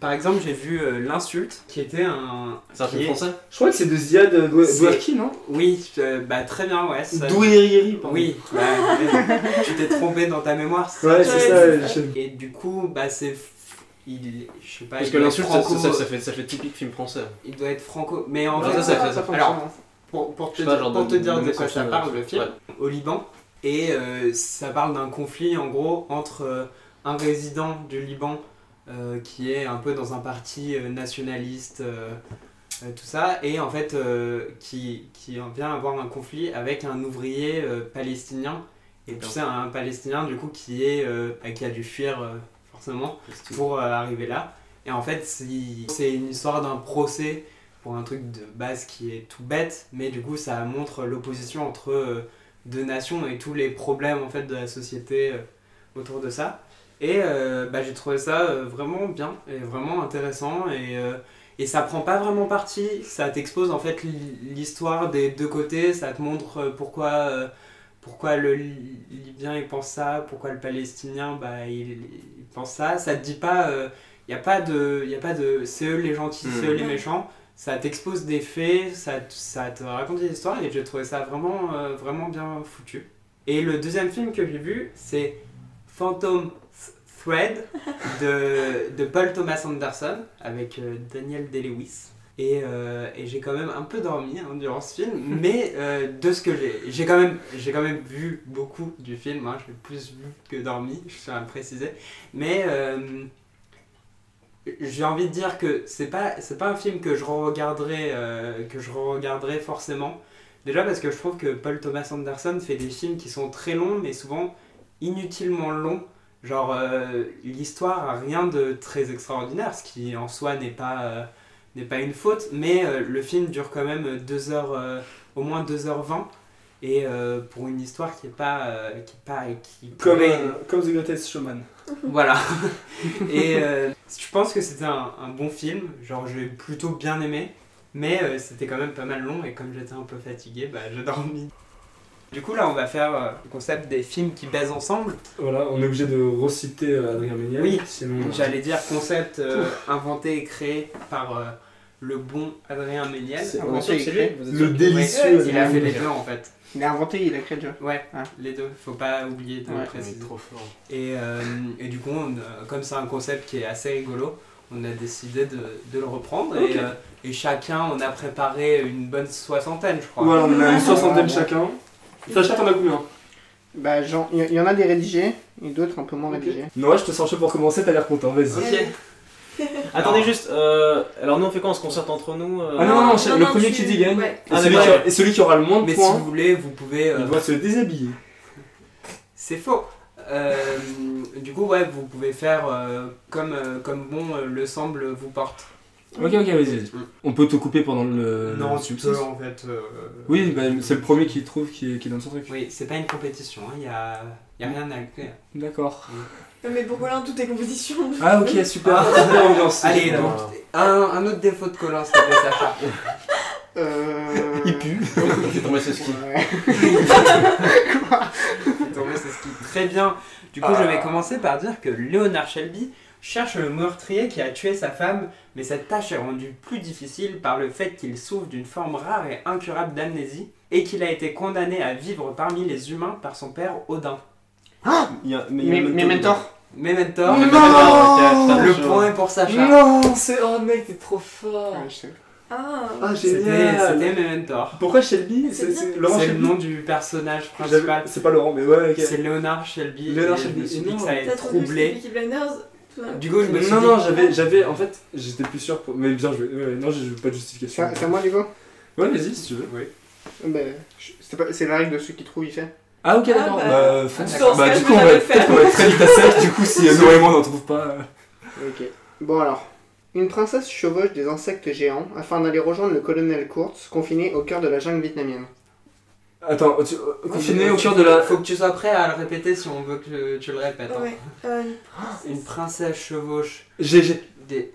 A: Par exemple, j'ai vu euh, L'Insulte, qui était un.
B: C'est un
A: qui
B: film
A: est-
B: français
C: Je crois que c'est de Ziad euh, Dou-
A: C'est-
C: Douaki, non
A: Oui, euh, bah très bien, ouais. ça-
C: Doueriri, pardon.
A: Oui, bah, mais tu t'es trompé dans ta mémoire. c'est
C: Ouais,
D: Ouais,
C: c'est ça.
D: c'est
C: je-
D: ça.
A: Et du coup, bah c'est. Il, je sais pas, Bah,
B: Parce
A: il
B: que
A: doit être
B: l'insulte, ça,
A: franco-
B: ça- ça fait, ça fait typique film français.
A: Il doit être franco. Mais en
B: Ouais,
A: fait,
B: ça, ça fait-
A: alors, pour, pour te,
B: Je sais pas,
A: dire-
B: genre
A: pour te dire de quoi
B: nomination,
A: ça
B: euh,
A: parle le film,
B: ouais.
A: au Liban. Et euh, ça parle d'un conflit en gros entre euh, un résident du Liban euh, qui est un peu dans un parti euh, nationaliste, euh, euh, tout ça, et en fait euh, qui, qui en vient avoir un conflit avec un ouvrier euh, palestinien. Et tu
B: D'accord.
A: sais, un palestinien du coup qui, est, euh, bah, qui a dû fuir euh, forcément pour euh, arriver là. Et en fait, c'est c'est une histoire d'un procès pour un truc de base qui est tout bête, mais du coup, ça montre l'opposition entre euh, deux nations et tous les problèmes en fait de la société euh, autour de ça. Et euh, bah, j'ai trouvé ça euh, vraiment bien et vraiment intéressant et, euh, et ça prend pas vraiment parti, ça t'expose en fait l- l'histoire des deux côtés, ça te montre euh, pourquoi euh, pourquoi le Li- Libyen il pense ça, pourquoi le Palestinien bah, il, il pense ça, ça te dit pas, il n'y a pas de, y a pas de c'est eux les gentils, c'est
B: Mhm.
A: eux les méchants, ça t'expose des faits, ça, t- ça te raconte des histoires et j'ai trouvé ça vraiment, euh, vraiment bien foutu. Et le deuxième film que j'ai vu, c'est Phantom Th- Thread de, de Paul Thomas Anderson avec euh, Daniel Day-Lewis. Et, euh, et j'ai quand même un peu dormi hein, durant ce film, mais euh, de ce que j'ai. J'ai quand, même- j'ai quand même vu beaucoup du film, hein, j'ai plus vu que dormi, je tiens à le préciser. Mais euh, j'ai envie de dire que c'est pas, c'est pas un film que je re-regarderai euh, que je re-regarderai forcément. Déjà parce que je trouve que Paul Thomas Anderson fait des films qui sont très longs, mais souvent inutilement longs. Genre, euh, l'histoire a rien de très extraordinaire, ce qui en soi n'est pas, euh, n'est pas une faute, mais euh, le film dure quand même deux heures, euh, au moins 2h20, et euh, pour une histoire qui est pas. euh, qui est pas qui
C: Comme,
A: pourrait-
C: euh, comme The Greatest Showman.
A: voilà. Et euh, je pense que c'était un, un bon film. Genre, j'ai plutôt bien aimé. Mais euh, c'était quand même pas mal long. Et comme j'étais un peu fatigué, bah, j'ai dormi. Du coup, là, on va faire euh, le concept des films qui baisent ensemble.
C: Voilà, on est obligé de reciter euh, Adrien Méniel.
A: Oui.
C: sinon.
A: J'allais dire concept euh, inventé et créé par euh, le bon Adrien Méniel.
B: C'est- on est
A: Inventé et
B: sûr que c'est
A: créé.
B: lui, vous êtes
C: Le
B: sûr
C: délicieux.
A: Ouais, il
C: Adrien
A: a fait les
C: Méniel.
A: deux en fait.
E: Il a inventé, il a créé déjà.
A: Ouais,
E: Ah.
A: les deux. Faut pas oublier de
E: Ouais.
B: Il est
A: préciser.
B: trop fort.
A: Et, euh, et du coup, on, euh, comme c'est un concept qui est assez rigolo, on a décidé de, de le reprendre. Et,
C: Ok.
A: euh, et chacun, on a préparé une bonne soixantaine, je crois.
C: Voilà, on a une soixantaine chacun. Sacha, t'en as combien
E: Bah, genre, il y, y en a des rédigés et d'autres un peu moins
C: Ok.
E: rédigés.
C: Noah, je te sens chaud pour commencer, t'as l'air content, vas-y.
A: Ok.
B: Attendez
A: Non.
B: juste, euh, alors nous on fait quoi On se concerte entre nous euh,
C: Ah non, non, non, le premier
D: tu-
C: qui dit gagne.
D: ouais.
C: Et,
B: Ah,
C: celui
B: d'accord.
C: qui a- et celui qui aura le moins de
A: Mais si
C: points,
A: vous voulez, vous pouvez. euh,
C: il doit se déshabiller.
A: C'est faux. Euh, du coup, ouais, vous pouvez faire euh, comme, euh, comme bon euh, le semble vous porte. Mm.
C: Ok, ok, vas-y. On peut te couper pendant le.
A: non, tu
C: le Euh, subsiste.
A: peux en fait. euh,
C: Oui, bah, c'est le premier qui trouve qui, qui donne son truc.
A: Oui, c'est pas une compétition, hein. il y, a, y a rien à.
C: D'accord.
D: Mais pourquoi là, toutes les compétitions
C: Ah, ok, super. super ambiance.
A: Allez,
B: génial.
A: donc, un, un autre défaut de Colin, c'était Sacha.
E: Euh.
B: Il pue. Non, mais c'est ce qui.
A: Oh
E: Ouais.
A: Thomas, c'est ce qui est très bien. Du coup, je vais commencer par dire que Leonard Shelby cherche le meurtrier qui a tué sa femme, mais cette tâche est rendue plus difficile par le fait qu'il souffre d'une forme rare et incurable d'amnésie et qu'il a été condamné à vivre parmi les humains par son père Odin.
C: Il y a- mais il y a
E: Mais
C: un
E: mais
C: autre-
E: Mentor
A: Memento,
E: Non
B: Non,
A: le point est pour Sacha.
C: Non, c'est. Oh mec, t'es trop fort
E: Ouais, je sais.
D: Ah,
C: Ah,
A: C'était
C: génial
A: c'était Memento.
C: Pourquoi Shelby
D: C'est
C: C'est c'est Laurent
A: C'est le
C: Shelby
A: nom du personnage principal.
C: J'avais- C'est pas Laurent, mais ouais, ok.
A: C'est Leonard Shelby.
C: Leonard
A: et Je me
C: Shelby.
A: suis
C: Et
A: dit que
C: non,
A: ça allait
D: t'as
A: être
D: trop vu
A: troublé.
D: Peaky Blinders tout d'un
A: Du coup, je me suis
C: Non,
A: dit-
C: non, j'avais, j'avais, en fait, j'étais plus sûr. Pour... Mais bien joué. Ouais, ouais, non, j'ai pas de justification.
E: C'est c'est à moi du coup
C: Ouais, vas-y, si tu veux.
A: Oui.
E: Ben, je- c'est pas- C'est la règle de ceux qui trouvent, il fait.
C: Ah, ok,
D: Ah,
C: d'accord.
D: bah,
C: bah,
A: Ah,
C: fonce.
A: d'accord.
C: bah,
D: Parce
C: du
D: que
C: coup, on
D: je
C: va,
D: vais le faire.
C: peut-être qu'on va être très vite à 7. Du coup, si euh, Noah et moi, on n'en trouve pas. euh,
E: Ok. Bon alors. Une princesse chevauche des insectes géants afin d'aller rejoindre le colonel Kurtz, confiné au cœur de la jungle vietnamienne.
C: Attends, tu, euh, confiné au
A: Faut
C: cœur
A: que-
C: de la.
A: Faut que tu sois prêt à le répéter si on veut que tu le répètes. hein.
D: Ouais. Euh,
A: Une princesse chevauche
C: GG.
A: des.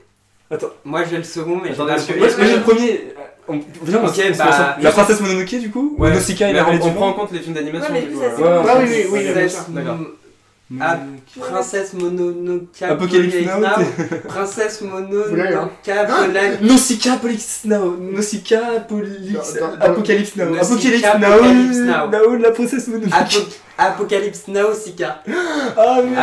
C: Attends.
A: Moi j'ai le second, mais
B: Attends,
A: j'ai pas
B: parce
A: le
B: que-
C: Moi,
A: premier.
C: j'ai moi, j'ai le premier. Euh, On... Viens, on
A: Ok,
C: se- on se
A: bah,
C: concentre. La
A: juste-
C: princesse Mononoke, du coup
B: Ouais.
C: Monosika, il
B: Mais
C: a
B: on,
C: répondu.
B: on prend en compte les films d'animation.
D: Ouais, mais
B: du coup,
D: ça,
B: voilà.
D: c'est-
C: Ouais, ouais,
E: Ah oui,
C: ouais.
E: oui, oui, bien sûr.
A: Princesse,
B: D'accord.
A: Mon-
C: Ah,
A: princesse Mononoke.
C: Apocalypse Now,
A: Princesse
E: Vous l'avez, hein
A: Mononoke.
C: Ah
A: Polan-
C: Nausicaa Apocalypse Now, Nausicaa Apocalypse
E: Dans- dans- dans-
C: Apocalypse Now,
A: Nausicaa,
C: Apocalypse
A: Apocalypse
C: Now,
A: Now.
C: Now, la princesse Mononoke.
A: Apo- Apocalypse Now, Sika.
C: Ah mais,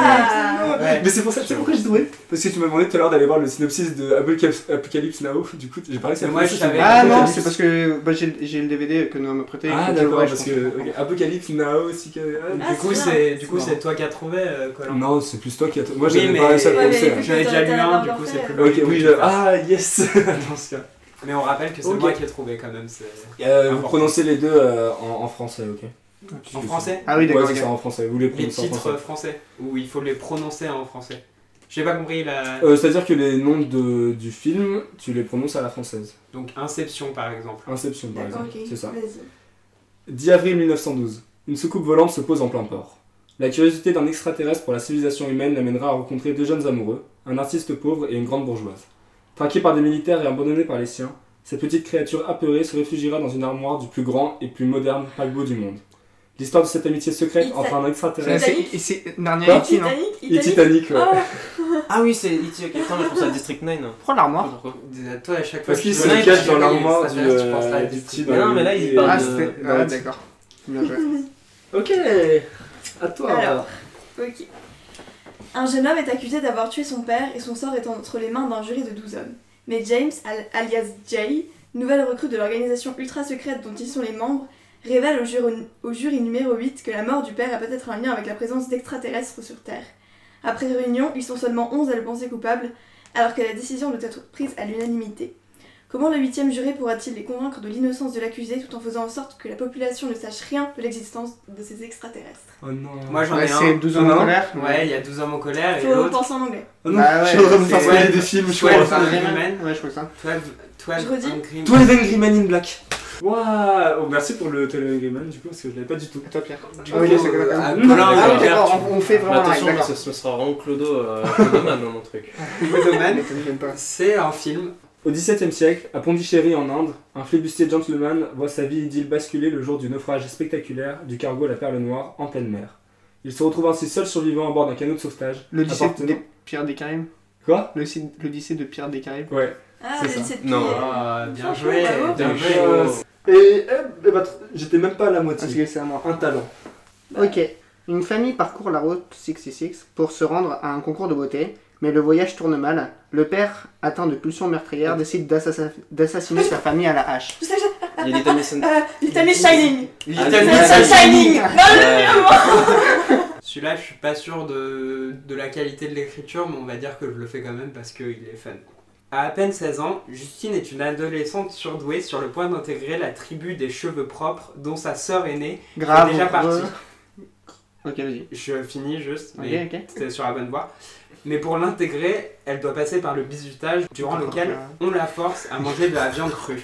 D: Ah.
A: Ouais.
C: mais c'est pour ça, tu sais pourquoi j'ai trouvé Parce que tu m'as demandé tout à l'heure d'aller voir le synopsis de Apocalypse, Apocalypse Now, du coup j'ai parlé que c'est
A: Mais moi, je
C: Apocalypse,
A: savais-
C: j'ai-
E: Ah non,
C: Apocalypse.
E: c'est parce que bah, j'ai j'ai le DVD que Noah m'a prêté.
C: Ah
E: faut que je le
C: d'accord,
E: voie, je
C: parce
E: pense.
C: que ok, Apocalypse Now, aussi que...
D: Ah,
A: Du coup,
D: c'est
A: c'est du coup
C: marrant.
A: c'est toi qui as trouvé, euh, Colin.
C: Non, c'est plus toi qui as... Moi
A: Oui,
C: j'avais
A: mais-
C: pas réussi à
A: Ouais,
D: mais
C: prononcer. hein.
D: écoute,
A: J'avais
D: t'as-
A: déjà
D: t'as
A: lu un,
D: l'air
A: du coup c'est
D: d'en
A: plus
C: Ok,
D: faire.
A: logique.
C: oui, je- ah yes Dans ce cas.
A: Mais on rappelle que c'est
C: Ok.
A: moi qui ai trouvé quand même. c'est-
C: Euh, vous
A: Important.
C: prononcez les deux euh, en, en français, ok
A: En français
E: Ah oui,
C: Ouais,
E: d'accord.
C: c'est
E: ok.
C: ça, en français, vous les
A: Les
C: prononcez en français.
A: titres euh, français, où il faut les prononcer en français. J'ai pas compris la.
C: Euh, C'est-à-dire que les noms de, du film, tu les prononces à la française.
A: Donc Inception par exemple.
C: Inception, par
D: D'accord,
C: exemple.
D: ok.
C: Ah, C'est ça.
D: Vas-y.
C: 10 avril 1912. Une soucoupe volante se pose en plein port. La curiosité d'un extraterrestre pour la civilisation humaine l'amènera à rencontrer deux jeunes amoureux, un artiste pauvre et une grande bourgeoise. Traquée par des militaires et abandonnée par les siens, cette petite créature apeurée se réfugiera dans une armoire du plus grand et plus moderne paquebot du monde. L'histoire de cette amitié secrète
D: It's
C: entre un
E: C'est-
C: extraterrestre
E: Euh, c'est-
D: Titanic
E: C'est
C: Quoi
E: Narnia E.T., non
D: Titanic
C: et Titanic. ouais.
D: Ah,
B: Ah oui, c'est E.T. ok. Attends, mais je pense à District 9. hein.
E: Prends l'armoire.
B: Pourquoi
A: Dis- Toi à chaque fois
C: Parce
A: que
C: qu'il
A: tu
C: se
A: vois-
C: cache
A: tu
C: dans
A: vois,
C: l'armoire
A: ça
C: du,
A: reste, je pense,
C: euh,
A: à
C: du petit.
A: Disney.
C: dans
B: Mais non,
C: le-
B: mais là, il
C: et-
B: parle
E: Ah,
B: de-
E: c'était.
C: dans
E: Ah,
C: le-
E: d'accord. Bien joué.
C: Ok. À toi.
D: Alors. ok. Un jeune homme est accusé d'avoir tué son père et son sort est entre les mains d'un jury de 12 hommes. Mais James, al- alias Jay, nouvelle recrue de l'organisation ultra secrète dont ils sont les membres, révèle au jury, au jury numéro 8 que la mort du père a peut-être un lien avec la présence d'extraterrestres sur Terre. Après réunion, ils sont seulement 11 à le penser coupable, alors que la décision doit être prise à l'unanimité. Comment le huitième juré pourra-t-il les convaincre de l'innocence de l'accusé tout en faisant en sorte que la population ne sache rien de l'existence de ces extraterrestres
C: Oh non.
A: Moi j'en
E: Ouais,
A: ai un.
E: c'est 12 ans
C: Ah,
E: en
C: non
E: colère.
A: Ouais, il y a 12 hommes en colère Ah, et
D: Faut
A: l'autre.
D: penser en anglais.
C: Oh non,
E: Bah ouais,
C: je suis en train de me faire
A: c'est-
C: spoiler des films, je
A: Ouais,
C: crois.
A: c'est un
E: Ouais,
A: Dreamman.
E: Ouais, je crois que ça.
A: 12, 12
D: Je redis.
A: Angry Men.
C: 12 Angry Men in Black. Waouh oh, Merci pour le 12 Angry Men du coup, parce que je l'avais pas du tout.
E: À toi, Pierre.
A: Du
E: Ah oui,
A: coup,
E: c'est que d'accord.
A: à
C: Non,
A: Colin,
C: Ah,
E: Ah oui,
A: il y a
E: d'accord, on on fait
B: Mais
E: vraiment la règle,
B: attention, mais
E: d'accord.
B: ce, ce sera vraiment Clodo, euh, Clodoman dans mon truc.
A: Clodoman.
E: Ça me gêne pas.
A: C'est un film.
C: Au XVIIe siècle, à Pondichéry en Inde, un flibustier gentleman voit sa vie idylle basculer le jour du naufrage spectaculaire du cargo à la Perle Noire en pleine mer. Il se retrouve ainsi seul survivant à bord d'un canot de sauvetage.
E: Le lycée
C: appartenant-
E: des Pierre des Caraïbes.
C: Quoi
E: Le lycée- le lycée de Pierre des Caraïbes.
C: Ouais.
D: Ah,
C: C'est
D: c'est
C: ça.
D: c'est qui
B: Non.
A: Ah, bien
D: Franchement,
A: joué.
D: bravo.
A: Bien
B: T'es
A: joué.
B: chaud.
C: Et, eh, eh ben, tr- j'étais même pas à la
E: Parce
C: moitié.
E: que c'est à moi.
C: Un talent.
A: Bah.
E: Ok. Une famille parcourt la route 66 pour se rendre à un concours de beauté, mais le voyage tourne mal. Le père, atteint de pulsions meurtrières, décide d'assassin- d'assassiner sa famille à la hache.
D: Je sais que j'ai-
B: Il y a Little Miss Sun-
D: euh, Little Miss Shining
A: Little
B: Little
A: Miss
B: Miss
D: Little
B: Sun-
D: Shining
B: Euh,
A: Celui-là, je suis pas sûr de, de la qualité de l'écriture, mais on va dire que je le fais quand même parce qu'il est fun. À à peine 16 ans, Justine est une adolescente surdouée sur le point d'intégrer la tribu des cheveux propres dont sa sœur aînée
E: Grave.
A: est déjà partie.
E: heureux. Ok, vas-y.
A: Je finis juste, mais
E: Ok, ok.
A: c'était sur la bonne voie. Mais pour l'intégrer, elle doit passer par le bisutage, durant lequel on la force à manger de la viande crue.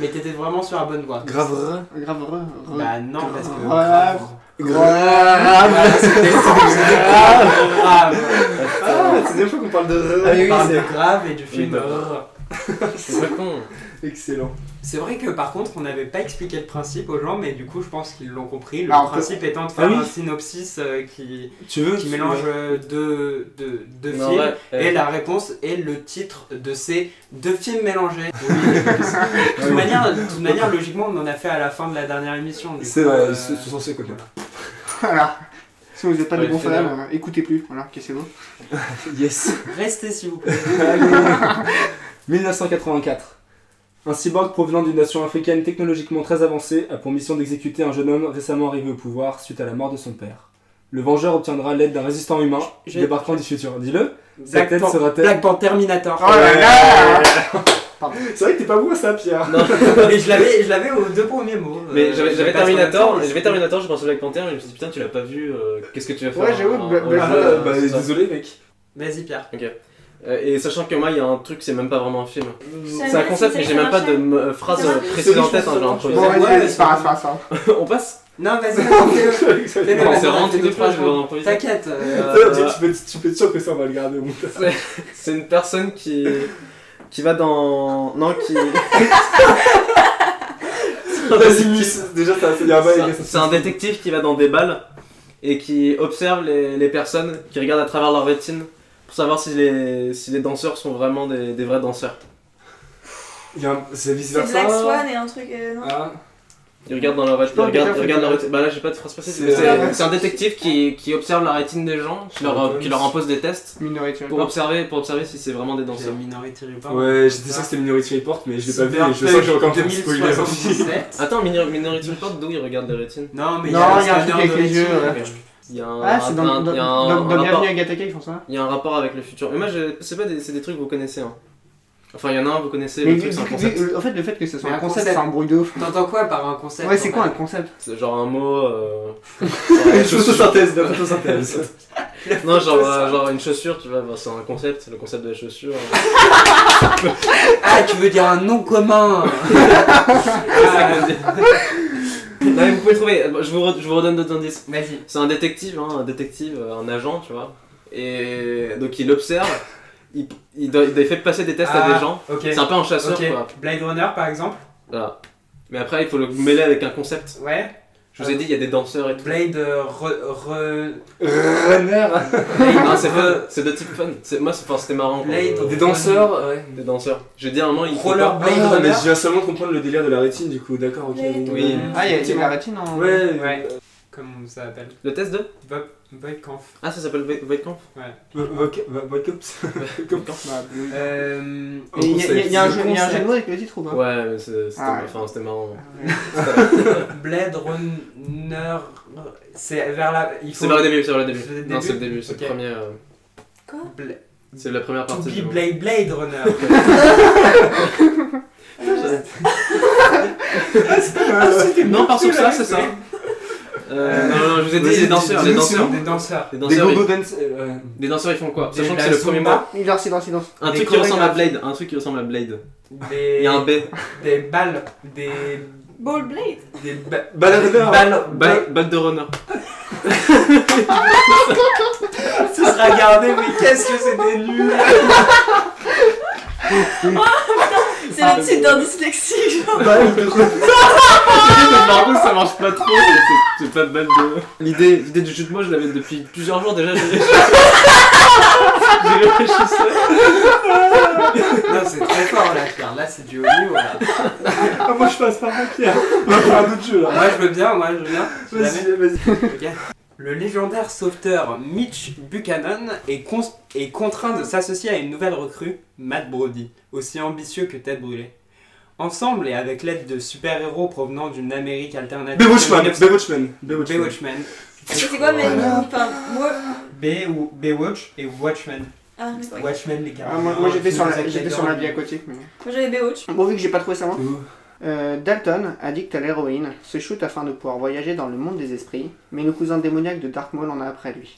A: Mais t'étais vraiment sur la bonne voie.
C: Grave.
E: Grave heureux. heureux.
A: Bah non, parce que...
E: Grave.
C: Ah, Grave.
A: Voilà, c'était- c'était grave.
C: Ah, c'est bah. des fois qu'on parle de.
E: Ah oui,
A: On
E: oui,
A: parle
E: c'est-
A: de grave et du film...
B: Oui, d'accord. C'est pas con.
C: Excellent.
A: C'est vrai que par contre, on n'avait pas expliqué le principe aux gens, mais du coup, je pense qu'ils l'ont compris. Le
E: Alors,
A: principe étant de
C: Ah
A: faire
C: oui.
A: un synopsis euh, qui,
C: Tu veux
A: qui
C: tu-
A: mélange euh, deux, deux, deux
B: Mais en
A: films.
B: vrai, euh,
A: Et la réponse est le titre de ces deux films mélangés. de toute manière, de toute manière, logiquement, on en a fait à la fin de la dernière émission. du
C: C'est
A: coup,
C: vrai,
A: euh,
C: ils sont censés connaître.
E: Voilà. Si vous n'êtes pas
B: Ouais,
E: des bons
B: c'est
E: fans,
B: bien.
E: euh, écoutez plus. Voilà, cassez-vous.
C: Yes.
A: Restez s'il vous plaît.
C: Allez. 1984. Un cyborg provenant d'une nation africaine technologiquement très avancée a pour mission d'exécuter un jeune homme récemment arrivé au pouvoir suite à la mort de son père. Le vengeur obtiendra l'aide d'un résistant humain
A: J'ai-
C: débarquant du futur. Dis-le
A: Black,
C: tête
A: Pan-
C: sera-t-elle-
A: Black Panther Terminator.
E: Oh là
A: Ah
E: là
C: C'est vrai que t'es pas bon à ça, Pierre
A: Mais je l'avais, je l'avais aux deux premiers mots.
B: Mais
A: Euh,
B: j'avais
A: j'ai
B: j'avais
A: pas trop
B: Terminator,
A: le temps.
B: j'avais Terminator, j'ai pensé au Black Panther, mais je me suis dit putain, tu l'as pas vu, euh, qu'est-ce que tu vas faire
E: Ouais, j'avoue,
B: en-
E: Black-
B: en-
E: Black-
B: en-
C: bah,
B: en-
C: bah,
B: en-
C: Désolé, mec.
A: Vas-y Pierre.
B: Euh, Et sachant que moi, il y a un truc, c'est même pas vraiment un film.
D: savais
B: C'est un
D: pas
B: concept,
D: si
B: mais
D: ça
B: j'ai même pas de
D: marchait.
B: euh, phrase
D: Ça
B: euh,
D: marche.
B: précise en
A: C'est
B: tête, hein,
A: juste
B: j'ai
A: sur-
B: improvisé.
E: Bon, vas-y,
A: Ouais,
E: vas-y, c'est pas grave, c'est pas grave.
B: On passe
A: Non, vas-y. fais-le. Fais-le,
C: Non,
A: vas-y,
B: C'est vraiment
A: fais-le,
B: un truc de
A: trois
B: phrase, je vais
A: secondes.
B: improviser.
A: T'inquiète. euh,
B: Euh,
C: tu, tu peux, tu peux être sûr que ça, on va le garder au moins.
B: C'est une personne qui. qui va dans. Non, qui.
C: Vas-y, déjà, ça il y a un bail, les gars,
B: Ah bah, C'est
C: ça-
B: c'est un détective qui va dans des balles et qui observe les, les personnes, qui regarde à travers leur rétine pour savoir si les, si les danseurs sont vraiment des, des vrais danseurs.
C: il y a un- C'est vice
D: C'est
C: versa.
D: Black Swan et un truc. euh, non.
C: Ah.
B: Il regarde dans leur rétine.
E: Non,
B: Il regarde,
E: putain,
B: il regarde
E: c'est-
B: leur rétine. Bah là, j'ai pas de phrase précise.
C: C'est-
B: mais
E: euh,
B: C'est c'est un détective qui, qui observe la rétine des gens, qui leur, qui leur impose des tests
E: Minority
B: pour
E: Report.
B: observer, pour observer si c'est vraiment des
A: J'ai
B: danseurs.
A: Minority Report.
C: Ouais, j'étais sûr que c'était Minority Report, mais je l'ai pas vu et je sens que j'ai encore un spoiler.
A: 2077.
B: Attends, Minor- Minority Report, d'où il regarde les rétines
A: Non, mais il y
E: Non,
A: a un
E: il y a un
A: scanner
E: truc avec
A: de
E: les yeux,
A: rétine.
E: ouais.
B: Il y a un,
E: Ah, c'est
B: un-
E: dans, dans,
B: il y
E: dans,
B: a un- un
E: dans
B: rapport-
E: Bienvenue à Gataka, ils font ça.
B: il y a un rapport avec le futur. Mais moi, je- c'est pas des, c'est des trucs que vous connaissez. hein. Enfin, il y en a un, vous connaissez.
E: Mais
B: le
E: vu-
B: truc, c'est un
E: vu-
B: concept.
E: vu- en fait, le fait que ce soit
A: Mais
E: un
A: un
E: concept,
A: concept.
E: c'est un bruit de ouf.
A: T'entends quoi par un concept
E: Ouais, c'est
A: en
E: quoi un
A: fait
E: concept
B: C'est genre un mot. euh,
C: La photosynthèse, la photosynthèse.
B: Non, genre, euh, genre une chaussure, tu vois, bah, c'est un concept, c'est le concept de la chaussure.
A: Ah, tu veux dire un nom commun Ah,
B: non, mais vous pouvez trouver, Euh, je vous, re- je vous redonne d'autres indices.
A: Vas-y.
B: C'est un détective, hein, un détective, euh, un agent, tu vois. Et donc il observe, il, il, doit- il fait passer des tests à
A: Ah,
B: des gens.
A: Ok.
B: C'est un peu un chasseur,
A: Ok.
B: quoi.
A: Blade Runner par exemple
B: Voilà. Mais après, il faut le mêler avec un concept.
A: Ouais.
B: Je
A: Ah.
B: vous ai dit, il y a des danseurs et tout.
A: Blade euh, re,
C: Runner
B: Non, c'est fun, c'est de type fun. C'est- Moi, c'est- enfin, c'était marrant. quand
A: Blade.
B: je-
C: Des danseurs ouais.
B: Des danseurs. J'ai dit à un moment, il faut
A: Roller
B: pas-
A: Blade Runner.
C: Ah, mais je viens seulement de comprendre le délire de la rétine du coup, d'accord, ok. euh,
D: Oui.
B: Oui.
E: Ah, il y a- il y a
C: effectivement.
E: la rétine en.
C: Ouais,
A: Ouais. Comme ça s'appelle
B: Le test de
A: Bob Boykampf.
B: Ah, ça s'appelle Voidcamp
C: Vodcops.
E: Bah, oui.
A: Euh.
E: Mais Il y a- il y a- il y a un jeu il y a un jeu de mots avec le titre ou pas
B: Ouais, mais c'est- c'était
E: Ah.
B: enfin, c'était marrant.
A: Blade Runner. C'est vers la. Il
B: C'est
A: faut.
B: vers le début, c'est vers le début.
A: C'est le
B: Non,
A: début
B: c'est le début, c'est le
A: Ok.
B: premier. euh,
D: Quoi
A: Bla-
B: C'est la première
A: To
B: partie.
A: be
B: du-
A: Blade Blade Runner.
B: Non, par sur ça, c'est ça. Euh, non, non, non, je vous ai dit,
C: Vas-y,
B: les danseurs,
C: dis-
B: les
C: dis-nous,
B: danseurs.
A: Des danseurs.
B: Les
C: Des
B: danseurs,
C: gogo
B: ils,
C: dance. euh, ouais.
B: les danseurs, ils font quoi
A: Des-
B: Sachant que
A: la
B: c'est le premier
A: Zumba.
B: mot.
E: Il danse, il danse, il danse.
B: Un
A: Des
B: truc qui ressemble à
A: chorégraphies.
B: Blade, un truc qui ressemble à Blade.
A: Des.
B: Il y a un B.
A: Des balles. Des.
D: Ball Blade
A: Des. ba-
C: Baladeur.
A: Balles.
B: Balle balle de runner.
A: Ce sera gardé, mais qu'est-ce que c'était nul
D: C'est le titre d'un dyslexique, genre.
B: Par contre, ça marche pas trop, c'est- c'est pas balle de. L'idée l'idée du jeu de mots, je l'avais depuis plusieurs jours déjà. j'ai- J'ai réfléchi
A: Non, c'est très fort là, Pierre. Là, c'est du haut niveau. là.
C: Ah, moi je passe par là, Pierre. On va faire un autre jeu là.
A: Moi, je veux bien, moi, je veux bien. Je la mets.
C: Vas-y, vas-y.
A: Ok. Le légendaire sauveteur Mitch Buchanan est, cons- est contraint de s'associer à une nouvelle recrue, Matt Brody, aussi ambitieux que Ted Brûlé. Ensemble et avec l'aide de super-héros provenant d'une Amérique alternative.
C: The
A: de 19-
C: Watchman, The Watchman, The
A: Be
C: Watchman.
A: Watchman.
D: C'est quoi, mais.
C: Voilà.
D: Enfin, moi.
A: B ou Baywatch et Watchmen.
D: Ah, mais pas grave.
A: Watchmen les gars.
E: Ah, Moi, moi, j'étais sur
A: Vous
E: la
A: avez
E: j'étais
A: adoré.
E: sur la vie à côté. mais-
D: Moi j'avais Baywatch.
E: Bon, vu que j'ai pas trouvé ça moi.
C: Ouh.
E: Euh, Dalton, addict à l'héroïne, se shoot afin de pouvoir voyager dans le monde des esprits, mais le cousin démoniaque de Dark Maul en a après lui.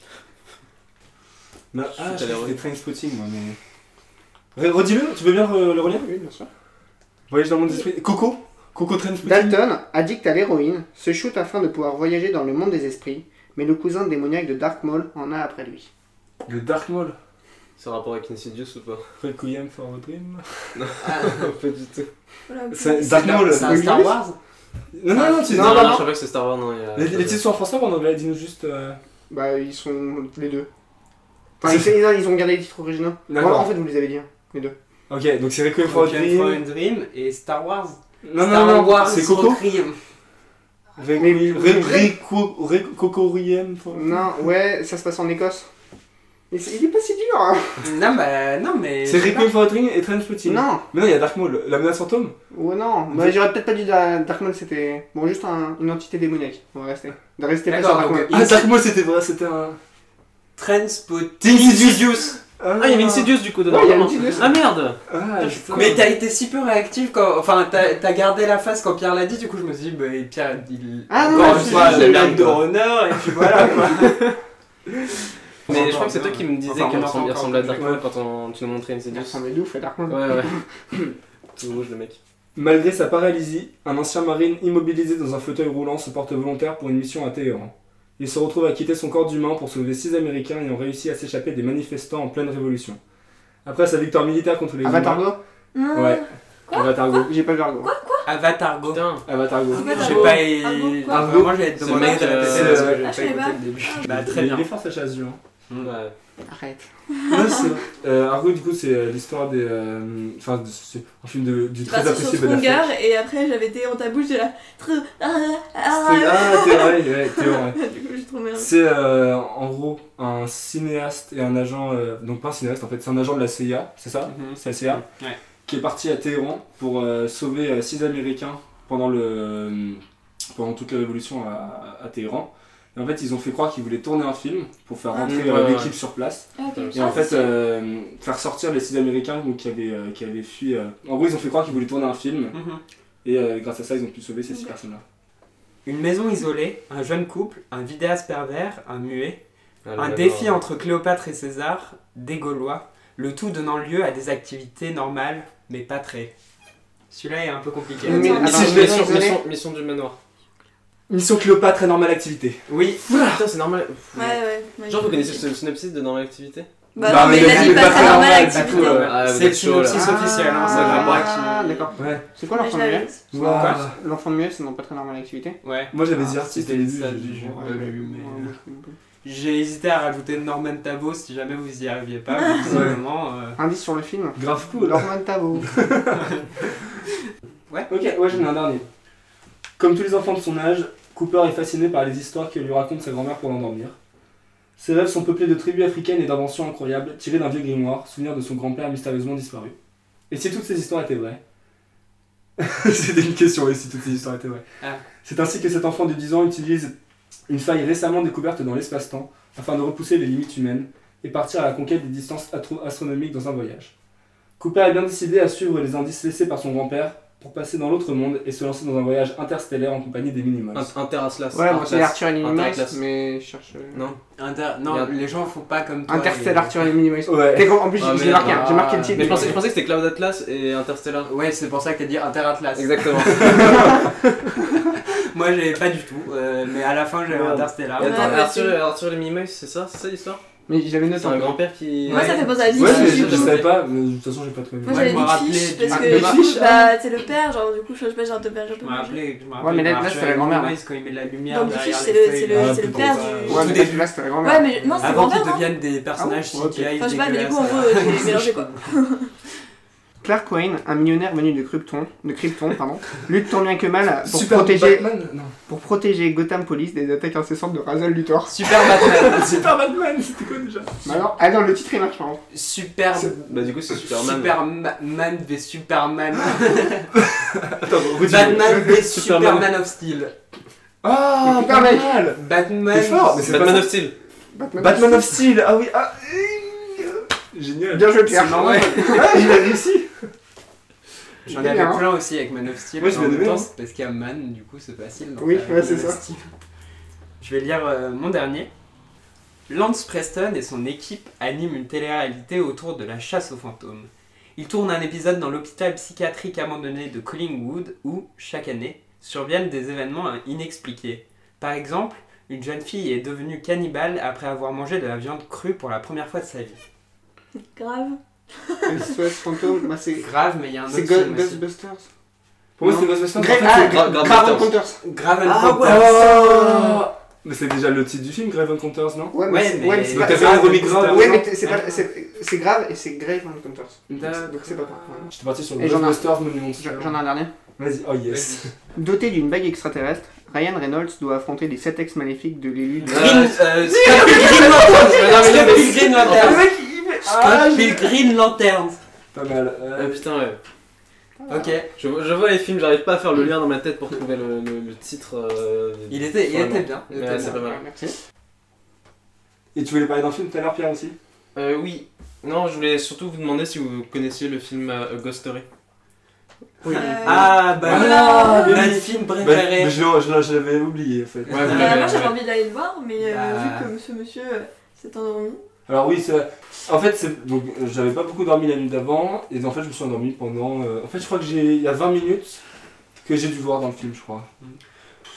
C: Non,
B: Je
C: Ah,
B: suis allé
C: c'était train spotting moi, mais. Re- Redis-le, tu veux bien euh, le relire
E: Oui, bien sûr.
C: Voyage dans le monde des esprits. Coco Coco train spotting.
E: Dalton, addict à l'héroïne, se shoot afin de pouvoir voyager dans le monde des esprits, mais le cousin démoniaque de Dark Maul en a après lui.
C: Le Dark Maul.
B: C'est en rapport avec Insidious ou pas
C: Requiem for a Dream.
A: Ah,
B: Pas du tout.
D: Voilà, ok.
C: C'est
A: c'est
C: Dark Maul.
A: un- c'est un Star Wars
C: Non, non, non, tu
B: Non,
C: non,
B: non, je savais que c'est Star Wars, non. il y a-
C: Euh, Les, les titres sont en français ou en anglais Dis-nous juste. euh,
E: Bah, ils sont les deux. Enfin, ils, ils- non, ils ont gardé les titres originaux.
C: D'accord.
E: en fait, vous les avez dit, hein, les deux.
C: Ok, donc c'est Requiem for a
A: Requiem for a
C: Dream.
A: Dream et Star Wars.
C: Non, non,
A: Star
C: non,
A: Wars,
C: c'est Coco.
A: Requiem.
E: Mais-
C: Requiem- Re- Reco- Re- Coco Requiem for
E: Non, ouais, ça se passe en Écosse. Mais c'est- il est pas si dur, hein.
A: Non, bah, non, mais.
C: C'est
A: je sais pas.
C: Requiem for a Dream et Trainspotting.
E: Non,
C: Mais non, il y a Dark Maul, la menace fantôme.
E: ouais, non. Bah, j'aurais peut-être pas dit Dark Dark Maul, c'était. Bon, juste un- une entité démoniaque. On va rester. De rester pas sur
A: D'accord,
E: Dark
A: donc,
E: Maul.
A: Il-
C: Ah, Dark Maul c'était vrai, c'était un.
A: Trainspotting. Insidious.
B: Ah, il y avait Insidious du coup dedans.
E: Ouais, il y a
B: pardon.
E: Insidious.
B: Ah merde
C: Ah, putain.
A: Mais t'as été si peu réactif quand. Enfin, t'as t'as gardé la face quand Pierre l'a dit, du coup, je me suis dit, bah, Pierre, il.
E: Ah, non,
A: encore
E: non,
A: une
E: je-
A: fois,
E: je-
A: la
E: je-
A: blague de
B: je-
A: Runner, et puis voilà, quoi.
B: Mais je crois que c'est toi qui me disais
A: Enfin,
B: qu'elle
A: on entend
B: ressemblait- elle
A: encore
B: ressemblait à
A: un
B: Dark
A: truc.
B: Maul quand on- tu nous montrais
E: Il
B: Insidious.
E: ressemblait de ouf à Dark Maul.
B: Ouais, ouais. Tout rouge le mec.
C: Malgré sa paralysie, un ancien marine immobilisé dans un fauteuil roulant se porte volontaire pour une mission à Téhéran. Il se retrouve à quitter son corps d'humain pour sauver six Américains ayant réussi à s'échapper des manifestants en pleine révolution. Après sa victoire militaire contre les
E: Avatar
C: humains-
E: Go
D: Mmh.
C: Ouais. Avatar Go.
E: Ah, bah, J'ai pas vu Argo.
A: Avatar Go.
B: Putain
C: Avatar Go.
D: Avatar
A: J'ai
D: Go.
A: pas.
D: Argo, quoi.
A: Ah, vraiment, j'allais te
B: C'est
A: demander
B: le mec,
A: de
B: euh,
A: répéter parce que j'avais
D: Ah, je
A: pas
D: savais
A: écouté
D: pas.
A: le début. Bah, très bien.
C: Il est fort sa chasse, hein.
B: Ouais.
E: Arrête.
C: Ouais, c'est- euh, Argo, du coup, c'est euh, l'histoire des. euh, Enfin, de- c'est un film de- du
D: J'ai
C: très
D: parti sur
C: apprécié Ben Affleck.
D: Stronger et après j'avais été en ta bouche de la. Tr-
C: C'est-
D: Ah, ah,
C: Ah, t'es vrai, ouais, t'es vrai.
D: ah. Du coup, j'ai trop merde.
C: C'est euh, en gros un cinéaste et un agent, euh, donc pas un cinéaste en fait, c'est un agent de la CIA, c'est ça
A: Mhm.
C: C'est la CIA
A: Ouais.
C: Qui est parti à Téhéran pour euh, sauver euh, six Américains pendant, le, euh, pendant toute la révolution à, à Téhéran. Et en fait, ils ont fait croire qu'ils voulaient tourner un film pour faire
D: Ah.
C: rentrer
B: Mhm.
C: euh,
B: Ouais,
C: l'équipe
B: ouais.
C: sur place.
D: Ah, ok.
C: Et
D: Ah,
C: en fait,
D: c'est-
C: euh, faire sortir les six Américains donc, qui, avaient, euh, qui avaient fui. euh. En gros, ils ont fait croire qu'ils voulaient tourner un film.
A: Mhm.
C: Et euh, grâce à ça, ils ont pu sauver ces six
D: Ok.
C: personnes-là.
A: Une maison isolée, un jeune couple, un vidéaste pervers, un muet,
B: Ah,
A: un
B: le
A: défi
B: mec,
A: entre Cléopâtre et César, des Gaulois, le tout donnant lieu à des activités normales, mais pas très. Celui-là est un peu compliqué.
D: Mais-
B: ouais.
D: Attends,
B: Mission-
E: je vais
B: mission-
E: raisonner.
B: mission- Mission du manoir.
C: Mission Cléopâtre et normale activité.
A: Oui,
B: Putain, c'est normal.
D: Ouais, ouais. ouais.
B: Genre, vous connaissez le synopsis de Normal Activité
D: Bah,
C: Bah,
D: non, mais il a dit pas très normal
C: du tout,
D: activité.
C: euh,
B: Ah,
A: c'est le synopsis officiel, hein, ça
B: Ah,
A: je
E: Ah,
A: vois qui...
E: d'accord.
C: Ouais.
E: C'est quoi
D: Mais
E: l'enfant
D: je l'avais.
E: muet
A: Waouh.
E: Bah, L'enfant muet, c'est non pas très normal l'activité.
A: Ouais.
C: Moi j'avais
A: Ah,
C: dit artiste
A: c'était
C: au début,
A: ça,
C: j'ai
A: du
C: dit,
A: jeu.
C: bon,
A: Ouais,
C: ouais.
A: mais- J'ai hésité à rajouter Norman Tabo si jamais vous y arriviez pas, mais visiblement... euh,
E: Indice sur le film.
C: Grave cool. hein.
E: Norman Tavo.
C: Ok, ouais, j'en ai un dernier. Comme tous les enfants de son âge, Cooper est fasciné par les histoires que lui raconte sa grand-mère pour l'endormir. Ses rêves sont peuplés de tribus africaines et d'inventions incroyables tirées d'un vieux grimoire, souvenir de son grand-père mystérieusement disparu. Et si toutes ces histoires étaient vraies C'était une question, et si toutes ces histoires étaient vraies
A: Ah.
C: C'est ainsi que cet enfant de 10 ans utilise une faille récemment découverte dans l'espace-temps afin de repousser les limites humaines et partir à la conquête des distances atro- astronomiques dans un voyage. Cooper est bien décidé à suivre les indices laissés par son grand-père pour passer dans l'autre monde et se lancer dans un voyage interstellaire en compagnie des Minimoys.
B: Interaslas.
E: Ouais, moi c'est Arthur et les Minimoys,
B: Interclasse.
E: mais je cherche. euh,
B: Non.
A: Inter- Non,
B: Regarde.
A: les gens font pas comme toi.
E: Interstellar Arthur et les Minimoys.
C: Ouais.
E: T'es con- En plus,
B: Ah,
E: j'ai-
B: mais
E: j'ai marqué,
A: d'accord.
E: j'ai marqué le titre.
B: Mais je pensais, je pensais que c'était Cloud Atlas et Interstellar.
A: et- Ouais, c'est pour ça que t'as dit Interatlas.
B: Exactement.
A: Moi, j'avais pas du tout, euh, mais à la fin, j'avais
C: Merde.
A: Interstellar.
B: Et Ah attends,
D: Ouais,
B: Arthur,
D: ouais.
B: Arthur et les Minimoys, c'est ça C'est ça l'histoire
E: Mais j'avais
B: C'est
E: noté.
B: un grand-père qui.
D: Moi, ça fait penser à Big
C: Ouais, mais je,
D: Fish.
C: je savais pas, mais de toute façon j'ai pas trouvé.
D: Moi,
A: Ouais,
D: j'avais
A: je me rappelais
D: dit Fish
A: du-
D: parce
E: Ah, Big
D: que.
E: Fish,
D: Bah, c'est le père, genre, du coup, je sais pas, j'ai un peu perdu un
A: Je
D: peu
A: me
D: perdu.
A: rappelais, je me rappelais.
E: Ouais, mais là-
A: de
E: là,
A: Marshall
E: c'était la grand-mère. hein. Ah,
A: Maurice quand il met de la lumière
D: Dans Big
A: derrière les
D: Fish, c'est le-
A: feuilles,
D: c'est le-
A: là.
C: c'est le
D: père du- Ah,
E: Ouais,
A: Tout
E: mais
A: début.
E: là c'était la grand-mère.
D: Ouais, mais je- non, c'est
A: Avant qu'ils
D: grand-père, non
A: deviennent des personnages
E: Ah bon Ouais, ok.
A: CGI
D: Enfin, je sais pas, mais du coup, en
A: dégueulasses,
D: gros,
A: là.
D: j'ai mélangé quoi.
E: Clark Quinn, un millionnaire venu de Krypton, de Krypton pardon, lutte tant bien que mal pour
C: Super
E: protéger,
C: Batman Non.
E: pour protéger Gotham Police des attaques incessantes de Razel Luthor.
A: Super Batman.
C: Super Batman, c'était quoi déjà
E: Mais alors, ah non, le titre est marche par contre.
A: Super
B: Bah, du coup, c'est Superman.
A: Superman v Superman.
C: Attends, redis-le.
A: Batman v
B: Superman.
A: Superman of Steel.
C: Ah,
E: Mais
C: pas
E: putain, mec.
C: mal
A: Batman.
C: T'es fort, mais c'est pas
B: Batman
C: ça.
B: of Steel.
E: Batman.
C: Batman of Steel, ah oui, ah euh, Génial
E: Bien joué
A: C'est
E: Pierre.
A: marrant.
C: Ah, il a réussi
A: J'en
E: Bien,
A: avais
E: hein.
A: plein aussi avec Man of Steel.
C: Moi, je
A: mais en
C: l'ai
A: même
C: aimé,
A: temps,
C: hein.
A: c'est parce qu'il y a Man, du coup, c'est facile. donc,
E: Oui,
A: euh,
E: ouais,
A: Man
E: c'est
A: of
E: ça.
A: Steel. Je vais lire euh, mon dernier. Lance Preston et son équipe animent une télé-réalité autour de la chasse aux fantômes. Ils tournent un épisode dans l'hôpital psychiatrique abandonné de Collingwood où, chaque année, surviennent des événements inexpliqués. Par exemple, une jeune fille est devenue cannibale après avoir mangé de la viande crue pour la première fois de sa vie.
D: Grave.
E: SOS Fantôme, bah c'est.
A: Grave, mais il y a un autre
E: C'est
A: film
E: Go-
A: aussi.
E: Ghostbusters.
C: Pour moi,
A: Non.
C: c'est Ghostbusters.
E: Grave,
C: en fait,
E: ah,
C: c'est-
B: Gra- Gra-
E: Grave
B: Ghostbusters.
E: Hunters.
A: Grave and
E: Ah,
A: Compton.
E: ouais.
C: Ah Mais c'est déjà le titre du film, Grave Encounters, non
E: Ouais,
A: Ouais,
E: mais,
A: mais-
E: ouais, mais c'est
A: Donc
E: pas.
C: t'as fait
E: c'est-
C: un remix grave,
E: Ouais,
C: non
E: mais t'es- c'est pas. C'est c'est grave et c'est grave Hunters.
A: D'accord.
E: Donc c'est pas grave. voilà.
C: J'étais parti sur
E: Et j'en ai un.
C: Ghostbusters Monument
E: J'en j'en ai un dernier.
C: Vas-y, oh yes.
E: Doté d'une bague extraterrestre, Ryan Reynolds doit affronter les sept ex maléfiques de l'élu. de-
A: Green, euh, Scott
B: non, mais-
A: Pilgrim
E: Ah, le
A: Lantern.
E: mec, il fait- Ah,
A: Scott
E: j'ai-
A: Pilgrim Lantern.
C: Pas mal.
B: Ah
C: Euh,
B: putain, ouais.
A: Ok.
B: Je, je vois les films, j'arrive pas à faire le lien dans ma tête pour trouver le, le- le titre. euh,
A: Il était, il
B: vraiment.
A: était bien. il
B: Ouais,
A: était
B: c'est
A: bien.
B: pas mal.
E: Merci.
C: Et tu voulais parler d'un film tout à l'heure, Pierre aussi
B: Euh, oui. Non, je voulais surtout vous demander si vous connaissiez le film euh, A Ghost Story.
E: Oui.
D: Euh,
A: Ah bah
D: Ah,
A: non,
C: mais
A: mon
C: oui.
A: film
C: Bah,
A: préféré.
C: mais je l'ai- je l'ai- je l'avais oublié en fait.
B: Ouais, vous
D: Bah,
B: l'avez-
D: moi j'avais
B: ouais.
D: envie d'aller le voir, mais euh,
A: Bah.
D: vu que ce monsieur euh, s'est endormi.
C: Alors oui, c'est vrai. En fait, c'est- donc euh, j'avais pas beaucoup dormi la nuit d'avant, et en fait, je me suis endormi pendant. euh, En fait, je crois que j'ai. Il y a 20 minutes que j'ai dû voir dans le film, je crois.
A: Mm.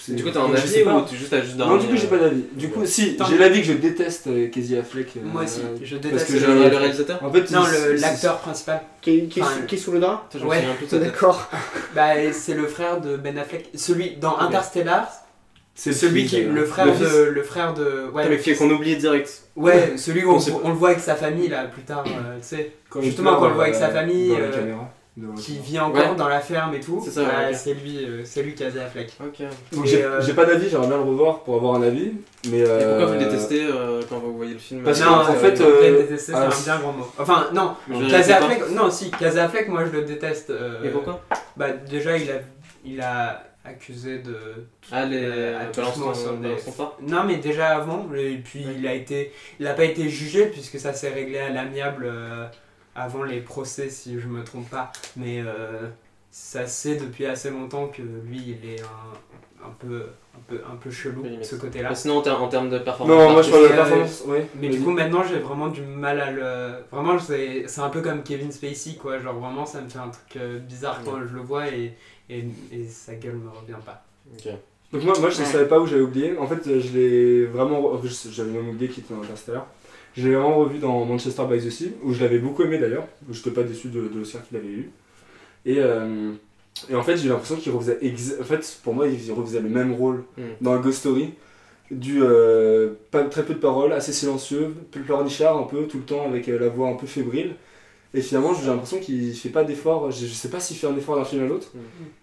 C: C'est-
B: Du coup, t'as un
C: donc, je
B: avis
C: sais pas.
B: ou tu juste as juste
C: Non, du
B: dormi,
C: coup, j'ai
B: euh,
C: pas d'avis. Du coup, si,
A: Tant
C: j'ai l'avis que je déteste euh, Casey Affleck. euh,
A: Moi aussi, je
C: parce
A: déteste.
C: que
B: Le,
C: j'ai-
A: le-
B: le réalisateur
C: En fait,
A: Non,
C: il-
A: le-
C: c'est-
A: l'acteur principal.
E: Qui, qui,
A: Enfin,
E: qui est sous le drap
B: Putain, je me
A: Ouais.
B: souviens plus de sa tête.
E: D'accord.
A: Bah c'est le frère de Ben Affleck, celui dans
B: Ok.
A: Interstellar.
C: C'est
A: Celui qui,
C: euh,
A: le frère
C: fils.
A: de, le frère de, ouais,
B: Le film qu'on oublie direct.
A: ouais, celui où
B: On
A: on,
B: sait pas.
A: on le voit avec sa famille là, plus tard, euh, tu sais,
C: Quand il
A: justement,
C: pleure,
A: quand on le voit avec
C: euh,
A: sa famille,
C: Dans la
A: euh,
C: caméra. Dans la
A: qui
C: caméra.
A: vit encore
B: Ouais.
A: dans la ferme et tout.
B: C'est ça,
A: Bah,
B: ouais, ok.
A: c'est lui, euh, c'est lui qui a Zia Fleck.
B: Ok. Et
C: Donc
A: Et,
C: j'ai
A: euh,
C: j'ai pas d'avis, j'aimerais bien le revoir pour avoir un avis, mais.
B: pourquoi vous
C: euh,
B: le détestez euh, quand vous voyez le film
C: Parce
B: euh,
C: que,
A: Non,
C: en
A: euh,
C: fait,
A: le
C: euh,
A: vrai détester, c'est
C: ah,
A: un
C: c'est-
A: bien grand mot. Enfin, non,
B: je le
A: Casey
B: déteste pas.
A: Affleck, non, si, Casey Affleck, moi je le déteste. euh,
B: Et pourquoi
A: Bah, déjà, il a, il a accusé de.
B: Ah, les.
A: Euh, à
B: Balance
A: tous, on
B: ton
A: est-
B: balance ton phare.
A: Non, mais déjà avant, et puis
B: Ouais.
A: il a été. Il n'a pas été jugé puisque ça s'est réglé à l'amiable euh, avant les procès, si je me trompe pas. Mais euh, ça sait depuis assez longtemps que lui, il est un, un peu, un, peu, un peu chelou,
B: Oui, mais
A: ce
B: c'est-
A: côté-là.
B: Bah, Sinon, en, ter- en termes de performance.
C: Non, moi je parle de
A: Et,
C: la
A: euh,
C: performance, ouais.
A: Mais du coup, maintenant, j'ai vraiment du mal à le. Vraiment, c'est c'est un peu comme Kevin Spacey, quoi. Genre, vraiment, ça me fait un truc euh, bizarre quand je le vois et, et, et sa gueule me revient pas.
B: Ok.
C: Donc moi, moi je
E: Ouais.
C: savais pas où j'avais oublié. En fait, euh, je l'ai vraiment. re- je sais- J'avais même oublié qu'il était dans Interstellar. Je l'ai vraiment revu dans Manchester by the Sea, où je l'avais beaucoup aimé d'ailleurs. Je n'étais pas déçu de, de l'Oscar qu'il avait eu. Et, euh, et en fait, j'ai l'impression qu'il refaisait. exa- En fait, pour moi, il refaisait le même rôle
B: Mm.
C: dans Ghost Story. Du euh, pas, très peu de paroles, assez silencieux, pleurnichard un peu, tout le temps avec euh, la voix un peu fébrile. Et finalement, j'ai l'impression qu'il fait pas d'effort. Je, je sais pas s'il fait un effort d'un film à l'autre,
B: Mm.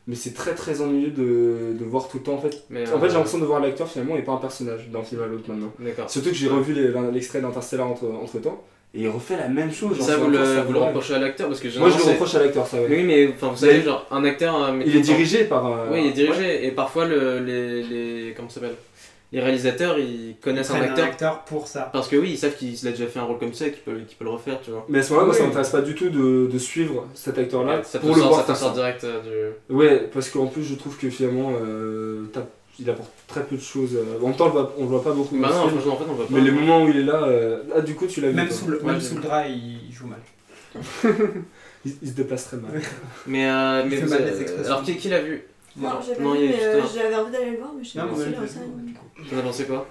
C: mais c'est très très ennuyeux de, de voir tout le temps en fait
B: Mais,
C: en
B: euh,
C: fait, j'ai l'impression de voir l'acteur finalement et pas un personnage d'un film à l'autre maintenant.
B: D'accord.
C: Surtout que j'ai revu les- l'un- l'extrait d'Interstellar entre, temps et il refait la même chose. genre,
B: Ça,
C: c'est
B: vous
C: encore
B: le,
C: ça,
B: vous le
C: ouais.
B: reprochez à l'acteur parce que
C: Moi, je le
B: généralement,
C: reproche à l'acteur, ça
B: c'est-
C: ouais.
B: Oui, mais enfin, vous
C: Il
B: savez,
C: est-
B: genre, un acteur. euh,
C: Il
B: met tout
C: est
B: le temps-
C: dirigé par. euh,
B: Oui, il est dirigé.
C: ouais.
B: Et parfois, le, les, les. Comment ça s'appelle Les réalisateurs, ils connaissent un
A: Prennent
B: acteur.
A: pour ça.
B: Parce que oui, ils savent qu'il a déjà fait un rôle comme ça et qu'il peut, qu'il peut le refaire, tu vois.
C: Mais à ce moment-là, moi, ça
A: Oui.
C: m'intéresse pas du tout de, de suivre cet acteur-là
B: ça te
C: pour le
B: sort,
C: voir.
B: ça te
C: faire
B: sort
C: ça.
B: direct euh,
C: Ouais, parce qu'en plus, je trouve que finalement, euh, t'as- il apporte très peu de choses. euh, En même temps, on le voit, on le voit pas beaucoup.
B: du.
C: dans
B: Bah
C: le
B: non,
C: film.
B: franchement, en fait, on va pas.
C: mais les moments où il est là, euh, ah, du coup, tu l'as vu.
A: Même
C: toi.
A: sous le,
B: Ouais,
A: même
B: j'ai-
A: sous le drap, il joue mal.
C: Il, il se déplace très mal.
B: Mais, euh,
A: Il
B: mais
A: fait
B: vous
A: mal
B: avez-
A: des expressions.
B: Alors, qui, qui l'a vu
D: Non, j'ai pas
B: Bah, non,
D: vu,
B: il y a
D: mais
B: juste
D: euh,
B: un-
D: j'avais envie d'aller le voir, mais je sais
A: Non,
D: pas
A: moi,
D: si
A: je
D: là,
A: l'ai
D: ça-
A: vu, du coup.
B: T'en as pensé quoi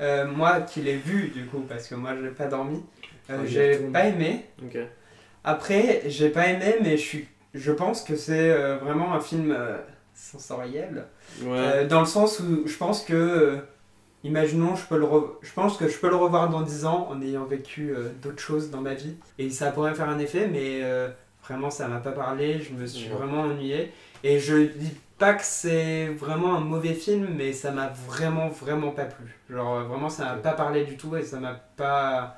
A: Euh, moi qui l'ai vu du coup, parce que moi je l'ai pas dormi, euh,
C: Ouais,
A: j'ai
C: exactement.
A: pas aimé.
B: Ok.
A: Après, j'ai pas aimé, mais je, suis, je pense que c'est euh, vraiment un film euh, sensoriel.
B: Ouais.
A: Euh, dans le sens où je pense que, euh, imaginons, je, peux le re- je pense que je peux le revoir dans 10 ans en ayant vécu euh, d'autres choses dans ma vie. Et ça pourrait faire un effet, mais euh, vraiment ça m'a pas parlé, je me suis
B: Ouais.
A: vraiment ennuyé. Et je dis pas que c'est vraiment un mauvais film, mais ça m'a vraiment, vraiment pas plu. Genre euh, vraiment ça m'a
B: Ok.
A: pas parlé du tout et ça m'a pas.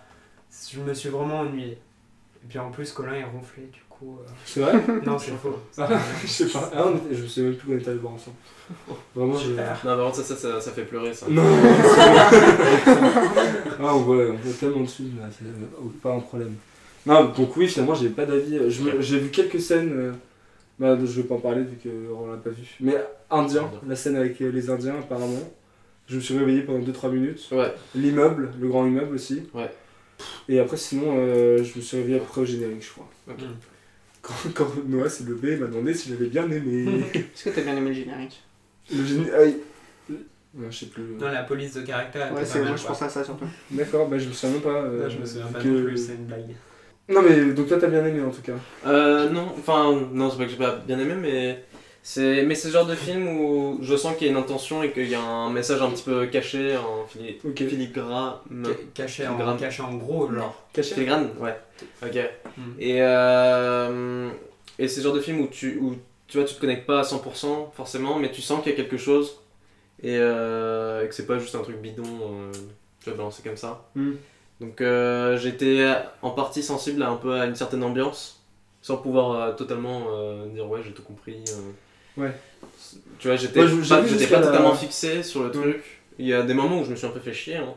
A: Je me suis vraiment ennuyé. Et puis en plus, Colin est ronflé, du coup. euh,
C: C'est vrai
A: Non, c'est faux.
C: Je sais pas. Ah, on était- je sais même plus qu'on était allé voir ensemble. Vraiment, je.
A: Super.
B: Non, par contre, ça, ça, ça, ça fait pleurer ça.
C: Non c'est bon. Ah ouais, on est tellement dessus, là, c'est euh, pas un problème. Non, donc oui, finalement, j'ai pas d'avis. Je me- J'ai vu quelques scènes, euh, bah, je vais pas en parler vu qu'on l'a pas vu. Mais Indien, la scène avec euh, les Indiens, apparemment. Je me suis réveillé pendant 2-3 minutes.
B: Ouais.
C: L'immeuble, le grand immeuble aussi.
B: Ouais.
C: Et après, sinon, euh, je me suis réveillé après au générique, je crois.
B: Ok.
C: Quand, quand Noah s'est levé, il m'a demandé si j'avais bien aimé.
E: Est-ce que t'as bien aimé le générique
C: Le génie. aïe. Ouais, je sais plus.
A: Non, la police de caractère.
E: Ah, Ouais, c'est moi je pense à ça surtout.
C: D'accord, bah je me souviens même pas. euh,
A: je me souviens pas
C: que-
A: non plus, c'est une blague.
C: Non, mais donc toi, t'as bien aimé en tout cas.
B: Euh, non, enfin, non, c'est pas que j'ai pas bien aimé, mais c'est mais c'est le genre de film où je sens qu'il y a une intention et qu'il y a un message un petit peu caché en fili-
C: Ok.
B: filigrane.
A: Ca- Caché en,
B: Filigrane.
A: caché en gros, genre.
C: Caché
B: Filigrane Ouais. Ok.
A: Mm.
B: Et, euh, et c'est le genre de film où tu, où, tu vois, tu te connectes pas à 100% forcément, mais tu sens qu'il y a quelque chose et, euh, et que c'est pas juste un truc bidon, euh, tu vois, balancé comme ça.
C: Mm.
B: Donc euh, j'étais en partie sensible à un peu à une certaine ambiance, sans pouvoir euh, totalement euh, dire ouais j'ai tout compris. euh.
C: Ouais.
B: Tu vois, j'étais
C: Ouais, j'ai- j'ai
B: pas,
C: vu
B: j'étais
C: jusqu'à
B: pas
C: la-
B: totalement fixé sur le
C: Mm.
B: truc. Il y a des moments où je me suis un peu fait chier, hein,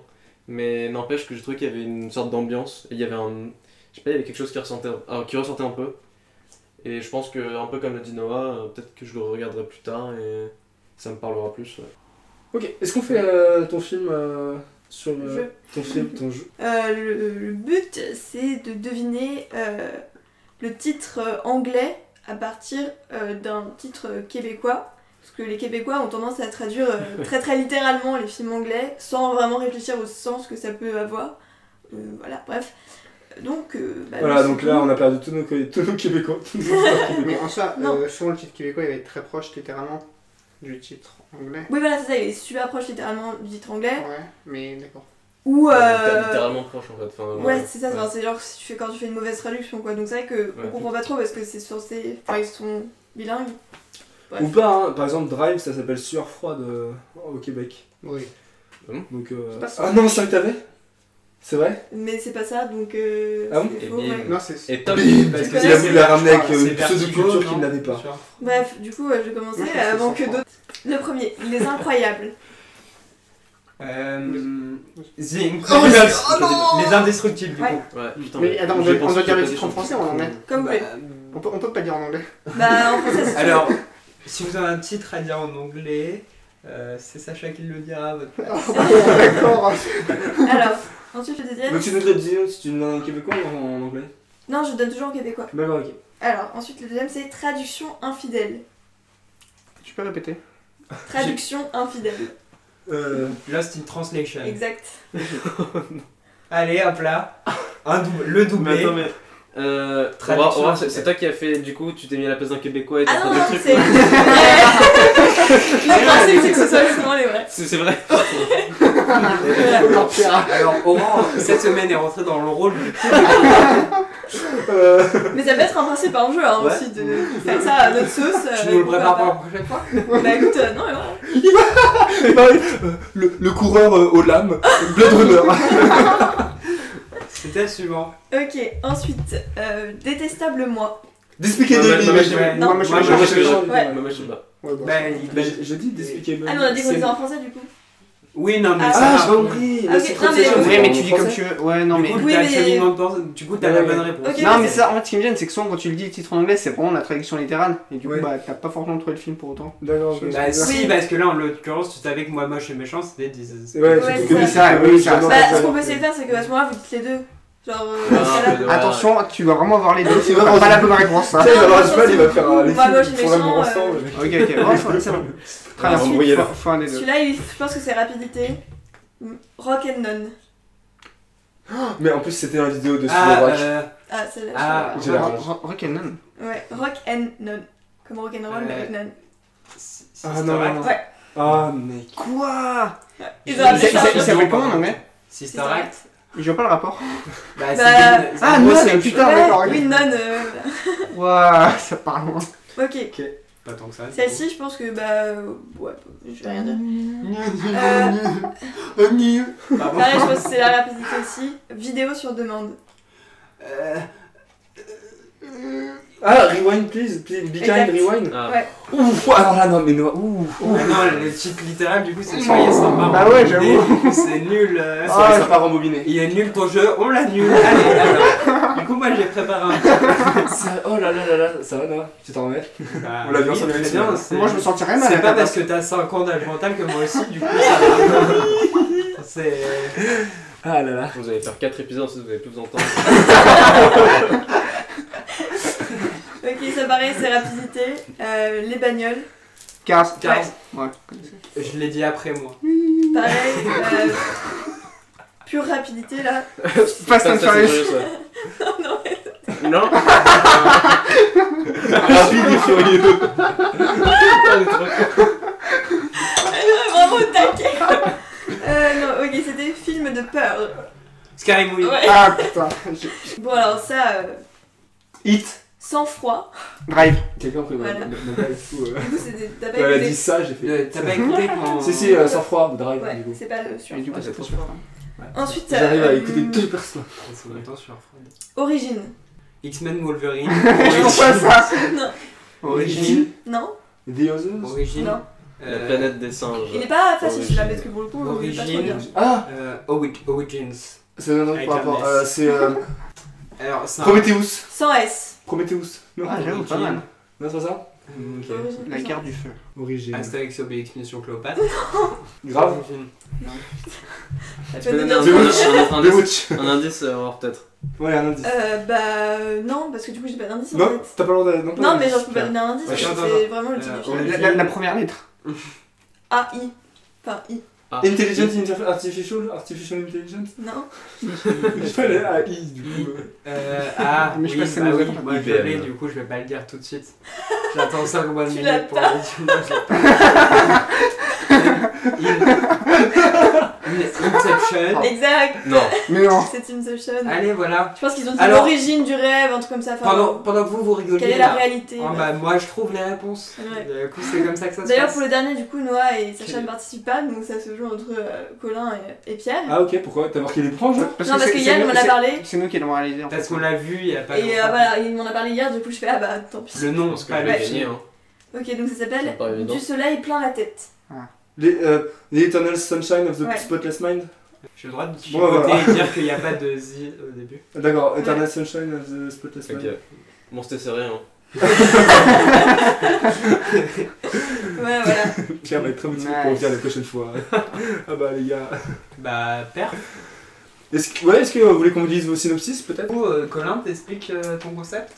B: mais n'empêche que je trouvais qu'il y avait une sorte d'ambiance, et il y avait un, je sais pas, il y avait quelque chose qui ressentait, ah, qui ressortait un peu. Et je pense que, un peu comme le dit Noah, euh, peut-être que je le regarderai plus tard et ça me parlera plus. ouais.
C: Ok, est-ce qu'on fait euh, ton film euh, sur. euh,
D: Jeu.
C: Ton film, ton jeu.
D: Euh, le, le but, c'est de deviner euh, le titre euh, anglais à partir euh, d'un titre euh, québécois. Parce que les Québécois ont tendance à traduire euh, très très littéralement les films anglais sans vraiment réfléchir au sens que ça peut avoir. Euh, voilà, bref. Donc, euh, bah,
C: Voilà,
D: le-
C: donc là, on a perdu tous nos, Qué- tous nos Québécois. Tous nos Québécois.
E: Mais en soi,
D: Non.
E: euh, souvent le titre québécois il va être très proche littéralement du titre anglais.
D: Oui, voilà, c'est ça, il est super proche littéralement du titre anglais.
E: Ouais, mais d'accord.
D: Ou.
B: T'es
D: euh,
B: littéralement proche en fait. Enfin,
D: Ouais, c'est ça, enfin, c'est genre si tu fais, quand tu fais une mauvaise traduction quoi. Donc c'est vrai que on
B: Ouais.
D: comprend pas trop parce que c'est censé. Enfin, ils sont bilingues. Ouais.
C: Ou pas, hein. par exemple, Drive, ça s'appelle Sueur Froide euh, au Québec.
E: Oui.
C: Donc. euh,
E: C'est pas ça.
C: Ah non, c'est vrai que t'avais C'est vrai
D: Mais c'est pas ça, donc. Euh,
C: Ah bon
D: c'est
B: Eh
D: faux,
B: bien.
D: ouais.
E: Non, c'est. c'est-
B: Et top
A: Parce
C: Il
A: que
C: a voulu la ramener avec
A: C'est
C: euh, une
A: Vertigo,
C: pseudo-culture
A: non
C: qu'il n'avait pas.
A: Sur-
D: Bref, du coup, euh, je vais commencer
E: Moi, je pense que
D: avant
E: c'est
D: que
E: sans
D: d'autres. Le premier, Les Incroyables.
A: Euh, The Incredibles.
E: Oh,
A: Les Indestructibles, du
D: Ouais.
A: coup.
B: Ouais, putain.
E: Mais attends, on
B: j'ai
E: doit- on
B: pensé
E: doit dire
B: que
E: le
B: t'as
E: titre
B: des
E: en français ou en
B: chansons.
E: anglais
D: Comme
A: Bah.
D: vous voulez.
E: On peut, on peut pas dire en anglais.
D: Bah, en français, c'est
A: Alors, si vous avez un titre à dire en anglais, euh, c'est Sacha qui le dira. votre-
E: Oh, D'accord.
D: Alors, ensuite le deuxième.
C: Donc c'est notre décision si tu donnes un Québécois ou en, en anglais
D: Non, je donne toujours en québécois.
C: D'accord, ok.
D: Alors, ensuite le deuxième, c'est Traduction infidèle.
E: Tu peux répéter
D: Traduction infidèle.
C: Euh,
A: Lost in Translation.
D: Exact.
A: Allez, hop là. Un double- le doublé.
B: Mais attends, mais. Euh, on
A: Traduction
B: va- on va- c'est
A: officielle.
B: c'est toi qui as fait, du coup, tu t'es mis à la place d'un Québécois et t'as
D: Ah non,
B: fait
D: non,
B: des trucs.
D: c'est. Le principe, c'est que ce soit justement les vrais.
B: C'est c'est vrai.
E: Encore pire.
A: Alors, Oran, cette semaine, est rentré dans le rôle du
C: euh,
D: Mais ça peut être un principe à un jeu hein,
A: Ouais.
D: aussi de faire ça à notre sauce. euh,
A: Tu nous le
D: pourquoi
A: prépares
D: pas.
A: pour la prochaine fois
D: Bah écoute, euh, non, mais voilà.
C: et bah, euh, le, le coureur euh, aux lames, Blood Runner.
A: C'était le suivant.
D: Ok, ensuite, euh, détestable moi.
C: Despicable
B: Ouais,
C: Me.
B: ouais, ouais,
C: Moi,
B: ouais.
D: Non,
C: moi, je-
A: moi,
C: moi,
A: je-
C: je-
B: je-
C: je-
D: Ouais.
B: Moi, moi, je sais pas.
E: Ouais, bon.
A: Bah, il-
C: Bah, j'ai- J'ai dit Despicable Me.
D: Ah, mais on a dit qu'on
A: C'est-
D: disait en français du coup.
A: Oui, non, mais
D: Ah,
A: ça
C: Ah,
A: va.
C: j'ai pas compris.
D: Ah, ok, non, mais-
E: C'est vrai, mais tu dis
C: dis
E: comme tu veux. Ouais, non,
A: Du
E: mais.
A: coup,
D: Oui,
A: t'as
D: mais-
A: le cheminement de pensée. Du coup, t'as
C: Ouais,
A: la
C: ouais.
A: bonne réponse.
D: Ok,
E: Non,
D: mais
E: mais
D: c'est-
E: ça, en fait, ce qui me gêne, c'est que souvent quand tu le dis le titre en anglais, c'est vraiment la traduction littérale. Et du coup,
C: Ouais.
E: bah, t'as pas forcément trouvé le film pour autant.
C: D'accord, ok.
A: Bah, si,
D: Oui.
A: parce que là, en l'occurrence, tu savais que moi, moche et méchant, c'était des.
C: Ouais, ouais,
D: Ouais,
C: surtout
D: c'est
C: que-
E: ça.
C: oui,
E: Oui, ça-
C: j'adore
D: Bah,
E: ça-
C: ça.
D: ce qu'on peut essayer de faire, c'est que à ce moment-là, vous dites les deux. Genre, euh,
B: Ah,
D: dans ce cas-là.
B: mais
A: Bah,
B: Ouais,
E: Attention, hein, tu vas vraiment voir les deux.
C: C'est
E: C'est
C: vraiment-
E: pas la bonne réponse, ça.
C: Tu sais, il va avoir du
D: Non,
C: mal, Ah, il va
D: c'est
C: faire
D: bon.
C: euh, les
D: Moi, moi,
C: films
D: j'ai
C: font l'amour
D: méchant,
C: ensemble.
D: euh,
E: Ok, ok, bon, c'est- c'est bon. Très bien,
B: Ensuite,
E: faut, faut un des deux.
D: Celui-là, il- je pense que c'est rapidité. Mm. Rock and non.
C: Mais en plus, c'était dans la vidéo de
A: Ah,
C: Sylvain
A: euh,
D: Ah, celle-là.
A: Ah,
D: je
C: j'ai la
E: Ro-
C: rage.
E: Ro- Rock and None.
D: sais pas. Ouais, rock and non. Comme rock and roll, mais
A: Euh,
D: avec non.
A: c'est- c'est
C: Ah non,
A: Star
C: non, non.
A: Act.
D: Ouais.
C: Ah, mec.
E: Quoi
D: Ouais.
A: Je-
D: Ils ont appelé
A: c'est-
D: ça.
A: c'est-
E: Il s'appelle comment en anglais
D: C'est
A: Sister
D: direct.
A: Act.
E: Je vois pas le rapport.
A: Bah,
D: Bah,
A: c'est une-
E: Ah,
A: en gros,
E: non,
A: c'est-
E: putain, d'accord.
D: Ouais,
E: ok.
D: oui, non. euh,
E: Ouah, ça parle loin.
D: Ok.
A: Pas tant que ça. du coup.
D: Celle-ci, je pense que bah. euh, Ouais, je vais rien dire.
C: Euh,
A: Pardon.
D: Pareil, Euh. je pense que c'est la rapidité aussi. Vidéo sur demande.
A: Euh,
C: Ah, rewind, please. Please, Be kind,
D: Exact.
C: rewind.
B: Ah.
D: Ouais.
C: Ouf, alors là, non, mais non. Ouf.
A: Ah non, le titre littéral du coup c'est soyez sympa.
E: Bah ouais, j'avoue.
A: C'est nul. euh,
E: Ah,
A: soyez
E: je-
C: Ça
A: sympa.
C: part en bobiné.
A: Il est nul ton jeu, on l'annule. Allez, alors. Du coup, moi j'ai préparé un petit.
C: Ça- Oh là là là là, ça va, Noah Tu t'en remets
A: Bah,
C: On l'a bien,
A: oui,
C: ça m'a
A: très
C: fait
A: bien.
C: mal.
A: c'est-
E: Moi, je me sentirais mal. hein,
A: C'est
E: à
A: pas
E: ta
A: parce
E: place.
A: que t'as 5 ans d'âge mental que moi aussi, du coup ça va. C'est.
C: Ah là là.
B: Vous allez faire 4 épisodes, ensuite vous allez plus vous entendre.
D: Ok, ça paraît, c'est rapidité. Euh, les bagnoles.
E: Cars.
A: Cars.
E: Ouais, comme ça.
A: Je l'ai dit après moi.
D: Pareil. euh, pure rapidité là.
E: Fast and Furious.
B: Furious, ouais.
D: non, non, mais-
B: Non
C: Rapide et furieux.
B: Putain, des trucs.
D: vraiment au taquet. Euh, non, ok, c'était film de peur.
A: Scary Movie.
D: Ouais.
E: Ah putain. j'ai-
D: Bon, alors ça, euh,
C: Hit.
D: sans froid.
E: Drive.
C: Quelqu'un a pris
D: Voilà.
C: ma- ma- ma blague, du coup, euh.
D: Du coup, c'était- t'as pas
C: Elle a
D: écouté.
C: dit ça, j'ai fait.
A: Euh, T'as pas écouté quand.
C: Si, si, euh, sans froid, drive,
D: Ouais,
C: du coup.
D: c'est pas le sûr.
E: Et du coup, Ah,
B: Ouais,
E: c'est
B: c'est
E: trop
B: trop
E: sûr. hein.
D: Ensuite,
C: J'arrive à
D: euh,
C: écouter deux personnes.
A: En même temps, je suis en Fred.
D: Origine.
A: X-Men Wolverine.
E: Je pense pas à ça.
D: non,
A: Origine.
D: non,
C: The Others
A: Origine.
D: non.
B: La
A: euh,
B: planète des singes.
D: Il est pas facile celui-là
B: Origine.
D: parce que pour le coup, on est pas trop
A: Origine.
D: bien.
C: Ah
A: euh, Owi- Origins.
C: C'est un truc
A: Avec
C: par
A: un
C: rapport.
A: S.
C: euh, C'est euh,
A: Alors, c'est un-
C: Prometheus.
D: Sans S.
C: Prometheus. Non,
E: Ah, j'avoue, pas mal.
C: non c'est pas ça
A: Mm, ok.
D: Origine,
E: La
D: sans-
E: guerre du feu.
C: Origine.
B: Ah,
A: Astérix, Obélix, Mission Cléopâtre.
C: Grave.
A: Origine.
D: Ça
B: Tu
D: peut
B: peux donner un
D: donner-
B: indice, un
C: The
B: indice-
C: Witch.
B: un indice, euh, voir peut-être.
C: Ouais, un indice.
D: Euh, bah euh, non, parce que du coup j'ai pas d'indice en
C: Non,
D: fait.
C: t'as pas le droit d'aller.
D: Euh, Non, mais genre je peux pas donner un indice,
A: Ouais,
D: parce que
A: attends,
D: c'est vraiment le titre
A: Euh,
D: du
A: on
D: film.
A: est-
E: La, la- la première lettre.
D: AI. Enfin, I.
B: Ah.
C: Intelligent Interf- Artificial Artificial Intelligence
D: Non
C: Je sais pas, les AI du coup. euh.
A: Euh, ah,
E: Mais je
A: oui,
E: sais pas si ça
A: bah
E: nous
A: oui,
E: répond.
A: moi je
B: IBM.
A: l'ai, du coup je vais pas le dire tout de suite. J'attends 5 mois de
D: Tu l'as
A: minutes pour le dire. Moi, je l'ai pas. In- In- Inception.
D: Exact
B: Non.
E: Mais non.
D: C'est Inception.
A: Allez, voilà.
D: Je pense qu'ils ont dit
A: Alors-
D: l'origine du rêve, un truc comme ça. Enfin,
A: Pendant, pendant que vous vous rigoliez,
D: Quelle est la
A: là,
D: réalité
A: ah,
D: ouais.
A: bah, moi je trouve les réponses.
D: Ouais.
A: Du coup, c'est comme ça que ça se
D: D'ailleurs,
A: passe.
D: pour le dernier, du coup, Noah et Sacha
A: Quel-
D: ne participent pas, donc ça se joue entre euh, Colin et, et Pierre.
C: Ah, ok, pourquoi T'as marqué les points, genre
D: non, parce
E: c'est-
D: que
E: c'est
D: Yann
E: nous-
D: m'en a
E: c'est-
D: parlé,
E: C'est nous qui l'avons réalisé. en
A: Parce
E: fait.
A: qu'on l'a vu il y a pas
D: et euh,
A: longtemps.
D: voilà, il m'en a parlé hier, du coup je fais ah bah tant pis.
A: Le nom,
B: Parce
A: c'est
B: que
A: pas
B: je
A: le
B: vais
A: film.
B: gagner, hein.
D: Ok, donc ça
B: C'est
D: s'appelle
B: pas évident.
D: Du soleil plein la tête.
C: Les euh, The Eternal Sunshine of the
D: Ouais.
C: Spotless Mind
A: J'ai le droit de chipoter
C: Bon, voilà.
A: et dire qu'il n'y a pas de Z au début.
C: D'accord, Eternal Sunshine of the Spotless
B: Ok.
C: Mind.
B: Bon, c'était serré, hein.
D: Ouais, voilà.
C: Pierre va être ah, bah, très motivé
E: Nice.
C: pour revenir la prochaine fois. ah bah les gars.
A: Bah, perf.
C: Est-ce que, ouais, est-ce que vous voulez qu'on vous dise vos synopsis peut-être
A: Du coup, euh, Colin, t'expliques euh, ton concept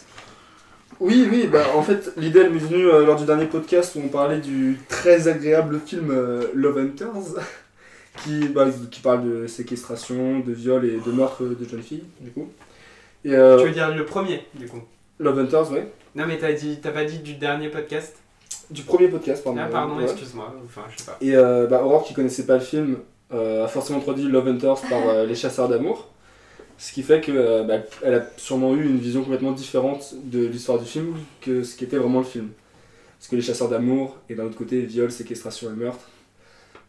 C: Oui, oui, bah en fait, l'idée elle m'est venue euh, lors du dernier podcast où on parlait du très agréable film euh, Love Hunters, qui, bah, qui parle de séquestration, de viol et de meurtre de jeunes filles, du coup. Et euh,
A: Tu veux dire le premier, du coup
C: Love Hunters, ouais.
A: Non, mais t'as dit, t'as pas dit du dernier podcast
C: Du premier podcast, pardon.
A: Ah, pardon,
C: Oh, Ouais.
A: excuse-moi. Enfin, je sais pas.
C: Et euh, bah, Aurore, qui connaissait pas le film, euh, a forcément traduit Love Hunters par euh, Les Chasseurs d'amour. Ce qui fait que euh, bah, elle a sûrement eu une vision complètement différente de l'histoire du film que ce qu'était vraiment le film. Parce que Les Chasseurs d'amour, et d'un autre côté, viol, séquestration et meurtre,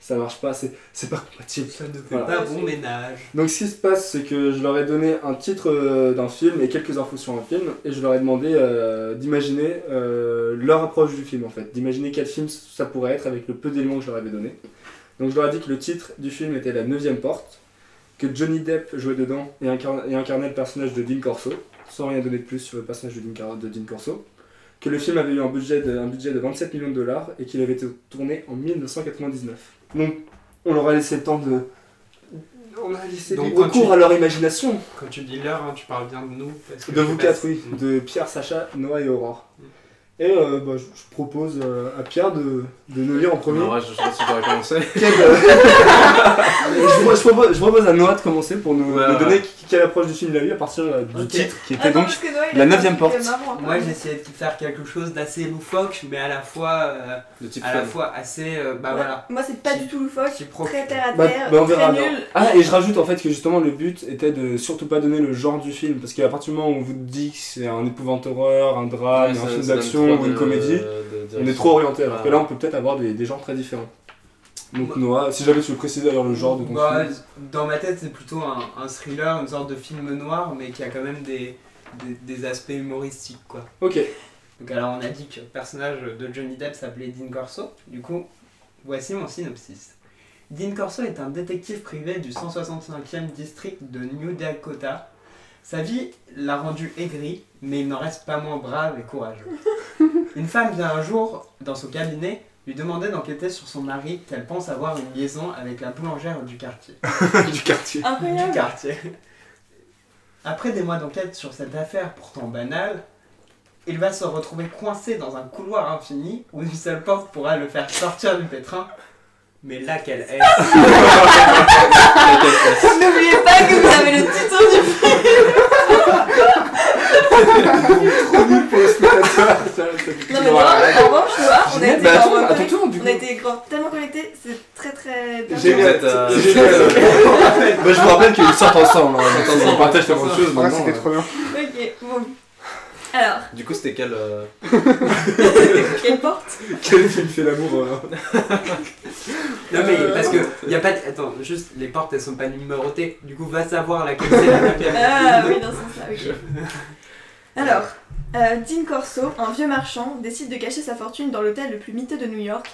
C: ça marche pas, c'est c'est pas compatible.
A: Ça ne fait
C: Voilà.
A: pas bon ménage.
C: Donc ce qui se passe, c'est que je leur ai donné un titre euh, d'un film et quelques infos sur un film, et je leur ai demandé euh, d'imaginer euh, leur approche du film en fait, d'imaginer quel film ça pourrait être avec le peu d'éléments que je leur avais donné. Donc je leur ai dit que le titre du film était La Neuvième Porte, que Johnny Depp jouait dedans et, incarn- et incarnait le personnage de Dean Corso, sans rien donner de plus sur le personnage de Dean, Car- de Dean Corso, que le film avait eu un budget, de, un budget de 27 millions de dollars et qu'il avait été tourné en 1999. Donc on leur a laissé le temps de... On a laissé
A: Donc,
C: libre
A: quand tu-
C: cours à leur imagination.
A: Quand tu dis l'heure, hein, tu parles bien de nous. Parce que
C: De
A: je
C: vous
A: sais pas
C: quatre,
A: si-
C: oui.
A: Mm.
C: De Pierre, Sacha, Noah et Aurore.
A: Mm.
C: Et euh, bah, je, je propose euh, à Pierre de, de nous lire en premier.
B: Non, ouais, je je sais pas si j'aurais commencé.
C: Quel, euh, je, je propose, je propose à Noah de commencer pour nous,
B: Ouais,
C: nous
B: ouais.
C: donner qui- quelle approche du film il a eu à partir euh, du
A: Ok.
C: titre qui était
D: Attends,
C: donc.
D: Ah, parce que Noah, il a
C: la
D: fait un
C: neuvième
D: truc euh,
C: porte.
D: marrant,
A: Moi,
D: apparemment.
A: j'essayais de faire quelque chose d'assez loufoque, mais à la fois, euh,
B: De type
A: à la
B: fan.
A: fois assez, euh, bah
D: Ouais.
A: voilà.
D: Moi, c'est pas
A: Qui-
D: du tout loufoque,
A: qui proc-
D: très terre à
C: Bah,
D: terre,
C: bah, on verra.
D: très
C: alors.
D: nul.
C: Ah, et je rajoute en fait que justement le but était de surtout pas donner le genre du film parce qu'à partir du moment où on vous dit que c'est un épouvante horreur, un
B: Ouais,
C: drame,
B: ça-
C: un film
B: ça donne
C: d'action
B: trop
C: ou Ah, une
B: de-
C: comédie,
B: de
C: On est
B: direction.
C: trop hein. orienté, alors
B: Ah.
C: que là on peut peut-être avoir des, des genres très différents. Donc
D: Bah.
A: Ouais.
C: Noah, si jamais tu veux préciser d'ailleurs le genre de ton
A: Bah,
C: film.
A: Dans ma tête, c'est plutôt un, un thriller, une sorte de film noir, mais qui a quand même des, des, des aspects humoristiques, quoi.
C: Ok,
A: Donc alors, on a dit que le personnage de Johnny Depp s'appelait Dean Corso. Du coup, voici mon synopsis. Dean Corso est un détective privé du 165e district de New Dakota. Sa vie l'a rendu aigri, mais il n'en reste pas moins brave et courageux. Une femme vient un jour dans son cabinet lui demander d'enquêter sur son mari qu'elle pense avoir une liaison avec la boulangère du quartier
C: du quartier.
A: du
D: Incroyable
A: quartier. Après des mois d'enquête sur cette affaire pourtant banale, il va se retrouver coincé dans un couloir infini où une seule porte pourra le faire sortir du pétrin, Mais là, quelle haine
D: N'oubliez pas que vous avez le titre du film.
C: Trop nul pour le spectateur. ça, ça-
D: Non, mais voilà, en revanche, tu vois, on a
C: Génial.
D: été
C: Bah,
D: grave
C: attends, attends,
D: connectés.
C: attends, du
D: On
C: coup.
D: a été grave- tellement connectés, c'est très très. bien.
C: Génial.
B: Vous êtes, euh,
C: C'est génial.
F: Bah, je vous rappelle qu'ils sortent ensemble. hein, donc
B: Ensemble.
F: Ils partagent tellement de
B: Ouais,
C: Ah,
F: choses
E: Ouais,
F: maintenant.
E: Ah,
A: euh,
E: c'était trop bien.
D: Ok, bon. Alors,
B: Du coup, c'était quel. euh,
D: quelle porte
C: Quel film fait l'amour euh,
A: Non mais
D: Euh,
A: parce que y a pas de- attends juste les portes elles sont pas numérotées du coup va savoir laquelle c'est la laquelle.
D: Ah oui, dans ce sens-là, ok. Alors, euh, Dean Corso, un vieux marchand, décide de cacher sa fortune dans l'hôtel le plus miteux de New York,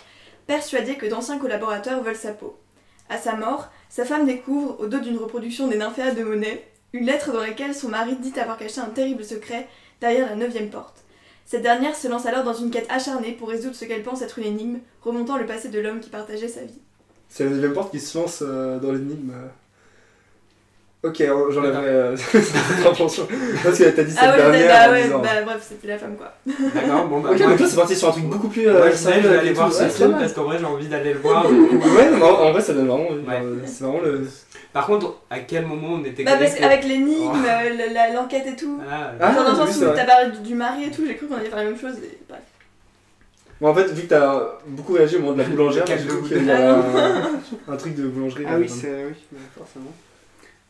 D: persuadé que d'anciens collaborateurs veulent sa peau. À sa mort, sa femme découvre, au dos d'une reproduction des nymphéas de Monet, une lettre dans laquelle son mari dit avoir caché un terrible secret derrière la neuvième porte. Cette dernière se lance alors dans une quête acharnée pour résoudre ce qu'elle pense être une énigme, remontant le passé de l'homme qui partageait sa vie.
C: C'est la deuxième porte qui se lance euh, dans l'énigme. euh. Ok, euh, j'enlèverai euh, cette intention. Parce que t'as dit cette
D: Ah ouais,
C: dernière.
D: bah,
C: en
D: ouais,
C: disant-
D: bah bref, c'était la femme quoi.
A: D'accord bon bah
C: Ok,
A: moi,
C: donc toi c'est parti sur un truc beaucoup plus.
A: moi,
C: euh,
A: je sais
C: sérieux
A: je vais
C: avec
A: aller
C: tout.
A: voir ce
C: Ouais, c'est
A: film
C: pas mal.
A: parce qu'en vrai j'ai envie d'aller le voir.
C: Ouais, non, en en vrai ça donne vraiment. envie.
A: Ouais.
C: Euh, C'est vraiment le.
A: Par contre à quel moment on était
D: Bah parce
A: connectés
D: qu'avec l'énigme,
A: Oh.
D: euh, la- la- l'enquête et tout.
A: Ah,
C: Ah,
D: Genre dans le
C: oui,
D: sens
C: c'est
D: où
C: vrai.
D: t'as parlé du, du mari et tout, j'ai cru qu'on allait faire la même chose. Et... bref.
C: Bon, en fait, vu que t'as beaucoup réagi au moment de la boulangère,
A: Quel
C: j'ai cru
A: doute.
C: qu'il y a un, un truc de boulangerie.
E: Ah oui,
C: euh,
E: c'est oui, mais forcément.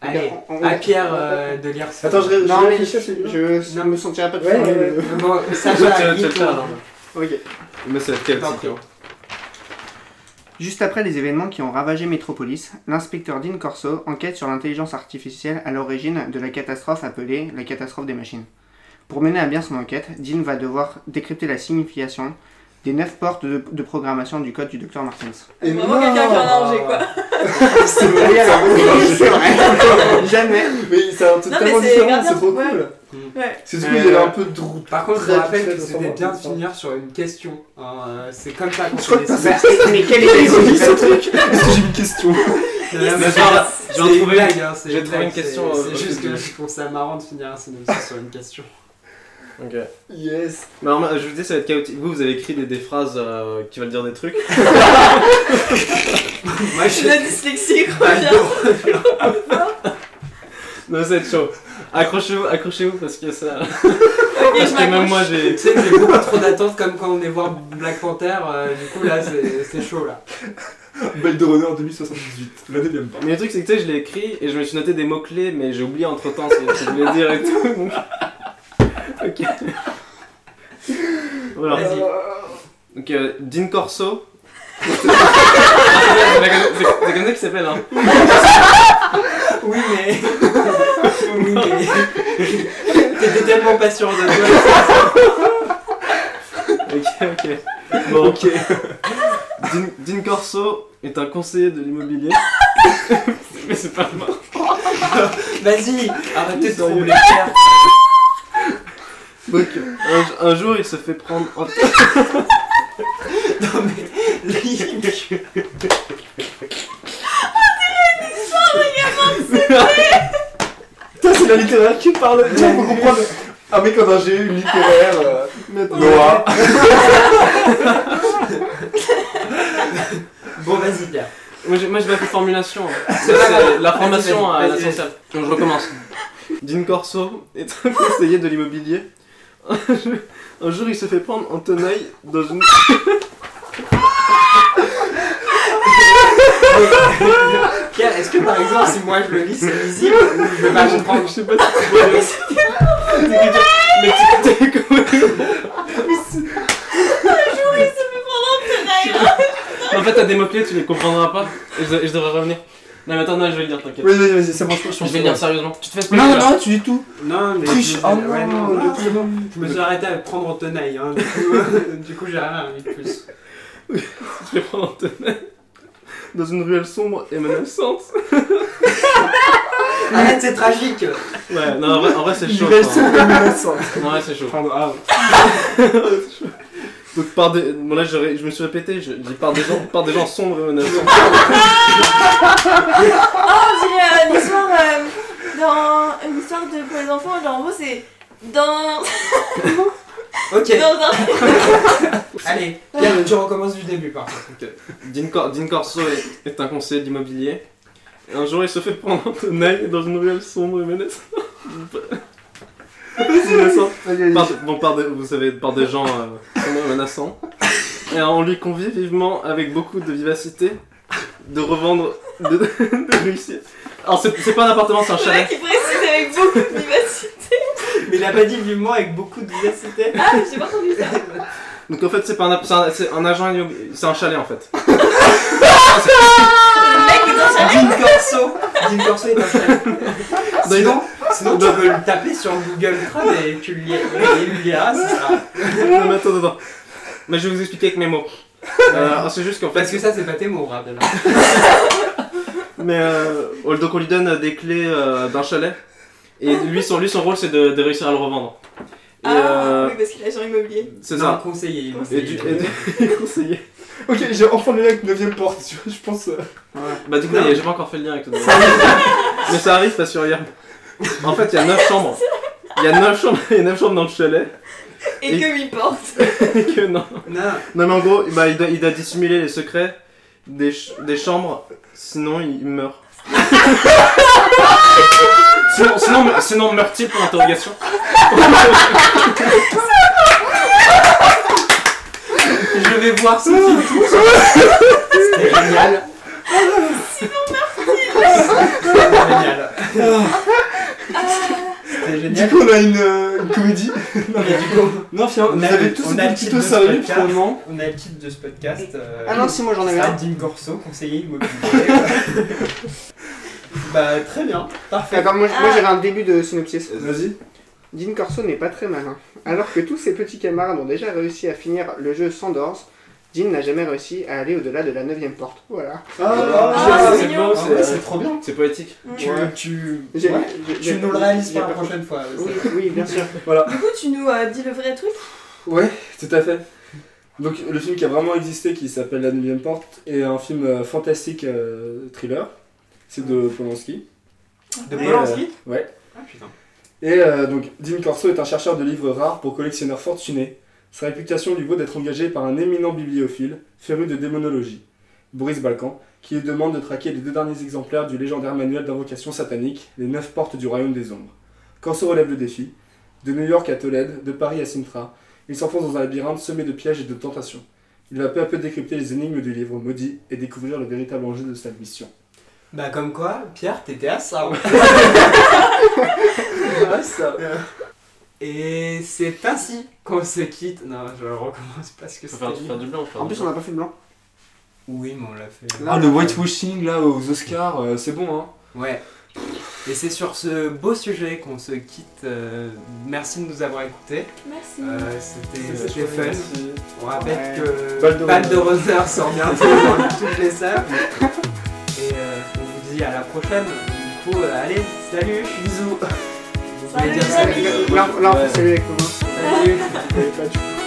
A: allez
E: On- on-
A: à Pierre euh, de lire ça.
C: Attends, je ré-
E: Non,
C: je
E: mais
C: réfléchis à celui-là.
E: Je ne me sentirais pas de
C: Ouais,
E: faire
C: ouais,
E: le-
C: ouais.
A: Bon
B: Tu vas- tu
A: Sacha
B: vas
A: Guy,
B: le faire,
A: toi.
B: hein.
E: Ok.
F: Mais c'est quel
A: T'en prie.
E: Juste après les événements qui ont ravagé Metropolis, l'inspecteur Dean Corso enquête sur l'intelligence artificielle à l'origine de la catastrophe appelée la catastrophe des machines. Pour mener à bien son enquête, Dean va devoir décrypter la signification des neuf portes de, de programmation du code du Dr Martens.
C: Et
D: Vraiment quelqu'un qui en a
C: non.
D: rangé quoi.
E: C'est vrai, c'est vrai. Jamais.
C: Mais c'est un truc
D: Non, mais
C: tellement
D: c'est
C: différent,
D: grave
C: c'est
D: bien,
C: trop
D: ouais.
C: cool.
D: Ouais.
C: C'est
A: Euh,
C: surtout qu'il y avait un peu de drou.
A: Par contre je
C: Très
A: vous rappelle
C: très
A: que c'était bien
C: transformant.
A: de finir sur une question. hein, euh, C'est comme ça qu'on
C: Je crois
A: fait
C: que
A: des
C: ça-
E: Mais quel est
C: ce
E: le
C: truc Est-ce que j'ai une question
A: Euh,
B: Mais
A: mais
B: genre,
A: voilà,
B: j'ai
A: c'est
B: retrouvé
A: une
B: une-
A: blague, hein, c'est
B: j'ai trouvé
A: blague,
B: une question,
A: c'est-
B: euh,
A: C'est juste que
B: possible.
A: je trouve ça marrant de finir un synopsis sur une question.
B: Ok.
C: Yes
B: Mais alors, moi, je vous dis, ça va être chaotique. Vous, vous avez écrit des, des phrases euh, qui veulent dire des trucs.
A: Moi, je
D: La dyslexie
A: Ah,
D: revient.
A: non.
B: Non, ça va être chaud. Accrochez-vous, accrochez-vous parce que ça.
D: Ok,
B: parce
D: je
B: que même moi,
D: m'accroche.
B: j'ai.
A: Tu sais, j'ai beaucoup trop d'attentes comme quand on est voir Black Panther. euh, du coup, là, c'est c'est chaud là.
C: Belle de Runner 2078, la deuxième part.
B: Mais le truc, c'est que tu sais, je l'ai écrit et je me suis noté des mots-clés, mais j'ai oublié entre temps ce que je voulais dire et tout. donc- ok. voilà.
C: Euh,
A: Vas-y.
B: Donc, euh, Dean Corso. c'est c'est comme ça qu'il s'appelle, hein.
A: Oui, mais. Oui, mais. T'étais tellement pas sûr de toi.
B: Ok, ok. Bon. Ok. Dean, Dean Corso est un conseiller de l'immobilier. mais c'est pas moi.
A: Vas-y, arrêtez de
B: Sérieux.
A: troubler Pierre.
B: Donc, un, un jour, il se fait prendre. en-
A: Non, mais. Link.
C: Putain, c'est la littéraire qui parle Tiens, faut comprendre Un mec en ingé, une littéraire, euh, Noah.
A: Bon, vas-y, Pierre.
B: Moi, j'ai- moi, je vais faire formulation.
A: C'est pas grave.
B: C'est la formation
A: Vas-y,
B: à
A: vas-y,
B: la
A: vas-y.
B: sociale. Donc, je recommence. Dean Corso est un conseiller de l'immobilier. Un jour- Un jour, il se fait prendre en tenaille dans une.
A: Pierre, est-ce que par exemple, si moi je le lis, c'est lisible ou je vais pas comprendre
B: Je sais pas si tu vois bien. Mais tu- tu- tu- comment- En fait, t'as des mots-clés, tu les comprendras pas. Et je, je devrais revenir. Non, mais attends, non, je vais le dire, t'inquiète.
C: Vas-y, vas-y, vas-y, c'est bon, je pense
B: Je vais le dire sérieusement. Tu te fais spoiler.
C: Non,
B: là.
C: non, tu dis tout
A: Non, mais.
C: Triche
A: je-
C: Oh
A: ouais,
C: non,
A: non.
C: le truc.
A: Je me suis arrêté à prendre en tenaille, hein, du coup, du coup j'ai rien mis de plus.
B: Je vais prendre en tenaille. Dans une ruelle sombre et menaçante.
A: Arrête, c'est tragique
B: Ouais, non, en vrai, en vrai, c'est
C: Il
B: chaud.
C: reste
B: quoi.
C: menaçant
B: Non, ouais, c'est chaud.
C: Prendre ah,
B: Donc, par des. Bon, là, je, ré- je me suis répété, je dis par des gens, par des gens sombres et menaçants.
D: Ah, on dirait euh, une histoire, euh, dans... une histoire de... pour les enfants, genre en gros c'est dans.
A: Ok,
D: Non, non.
A: allez, Pierre, tu recommences du début par contre.
B: Dean, Cor- Dean Corso est, est un conseiller d'immobilier. Et Un jour, il se fait prendre en tenaille dans une ruelle sombre et menaçante. menaçante. Par, bon, par des, vous savez, par des gens euh, sombres et menaçants. Et on lui convie vivement, avec beaucoup de vivacité, de revendre, de, de réussir. Alors, c'est c'est pas un appartement, c'est un
D: Le mec
B: chalet.
D: qui précise avec beaucoup de vivacité.
A: Mais il a pas dit vivement avec beaucoup de vivacité.
D: Ah, j'ai pas entendu ça.
B: Donc, en fait, c'est pas un, app- c'est un, c'est un agent immobilier, c'est un chalet en fait.
D: Le mec est dans sa
A: Dean Corso Dean Corso est un chef.
B: Non, il-
A: Sinon, sinon tu peux le taper sur Google Trad et tu le lis- et il le liras, ça sera...
B: Non, mais attends, attends. Mais je vais vous expliquer avec mes mots. Euh, c'est juste qu'en fait.
A: Parce que ça, c'est pas tes mots, rappelle.
B: Mais euh, oh, donc on lui donne euh, des clés euh, d'un chalet. Et lui son, lui, son rôle, c'est de, de réussir à le revendre. Et
D: Ah,
B: euh,
D: oui, parce qu'il est agent immobilier.
B: c'est
A: Non,
B: ça.
A: conseiller. il m'a
B: Et
A: dit.
B: du, et du- conseiller.
C: Ok, j'ai enfin le lien avec 9ème porte, tu vois, je pense. euh,
B: Bah, du coup, j'ai pas encore fait le lien avec tout le monde. Mais ça arrive, pas sur hier. En fait, il y a 9 chambres. Il y a 9 chambres, il y a neuf chambres dans le chalet.
D: Et,
B: Et-
D: que lui porte.
B: Et que non.
A: Non,
B: Non, mais en gros, bah, il, doit, il doit dissimuler les secrets des, ch- des chambres, sinon il meurt. sinon, sinon, me- sinon meurt-il pour interrogation
A: je vais voir ce film tout seul. C'était génial. C'était génial. C'était
C: Ah. Du
A: génial.
C: coup, on a une, euh, une comédie. non,
A: Et
C: mais-
A: du coup,
C: non, finalement,
A: On
C: vous
A: a
C: avez
A: le-
C: tous
A: on
C: été
A: a
C: un
A: le
C: petit
A: titre
C: peu
A: de ce
C: sérieux
A: podcast.
C: finalement.
A: on a le titre de ce podcast. euh,
E: Ah non, si, moi j'en avais
A: Sarah
E: un.
A: Dean Corso, conseiller immobilier. bah, très bien. Parfait.
E: D'accord, moi, j- moi, j'avais un début de synopsis.
C: Vas-y.
E: Dean Corso n'est pas très malin. Alors que tous ses petits camarades ont déjà réussi à finir le jeu sans dorse, Dean n'a jamais réussi à aller au-delà de la 9ème porte. Voilà.
D: Ah, c'est mignon.
A: Ah ouais, c'est
B: c'est
A: trop bien.
B: c'est poétique.
A: Tu,
C: Ouais.
A: tu,
E: J'ai-
A: ouais,
E: j'ai-
A: tu
E: j'ai-
A: nous le réalises
E: j'ai
A: pour la
E: pas-
A: prochaine fois. euh,
E: Oui, oui, bien sûr.
D: Du coup, tu nous euh, dis le vrai truc.
A: Ah.
C: Ouais, tout à fait. Donc, le film qui a vraiment existé, qui s'appelle La 9ème porte, est un film euh, fantastique euh, thriller. C'est de Polanski.
A: De
C: Et,
A: Polanski
C: euh, ouais.
A: Ah putain.
C: Et euh, donc, Dean Corso est un chercheur de livres rares pour collectionneurs fortunés. Sa réputation lui vaut d'être engagé par un éminent bibliophile, féru de démonologie, Boris Balkan, qui lui demande de traquer les deux derniers exemplaires du légendaire manuel d'invocation satanique, Les Neuf Portes du Royaume des Ombres. Corso relève le défi. De New York à Tolède, de Paris à Sintra, il s'enfonce dans un labyrinthe semé de pièges et de tentations. Il va peu à peu décrypter les énigmes du livre maudit et découvrir le véritable enjeu de sa mission.
A: Bah comme quoi, Pierre, t'étais à ça. Et c'est ainsi qu'on se quitte. Non, je recommence parce que
B: Tu peux
A: c'est.
B: faire, tu peux faire du blanc. tu peux faire
E: En
B: du
E: plus, on
B: blanc.
E: n'a pas fait le blanc.
A: Oui, mais on l'a fait.
C: Ah, le whitewashing là aux Oscars, euh, c'est bon hein
A: Ouais. Et c'est sur ce beau sujet qu'on se quitte. Euh, merci de nous avoir écoutés.
D: Merci.
A: Euh, C'était
C: C'est
A: c'était fun. On rappelle
E: Ouais.
A: que
C: Bal de
A: Bal de
C: Roseur.
A: Roser sort bientôt dans toutes les salles. Et euh, on vous dit à la prochaine. Du coup, euh, allez, salut, bisous. Vous pouvez
D: Salut,
A: dire
D: les
A: salut.
D: amis.
E: Là, là, on fait celui avec le blanc.
A: Salut.
C: J'avais pas du coup.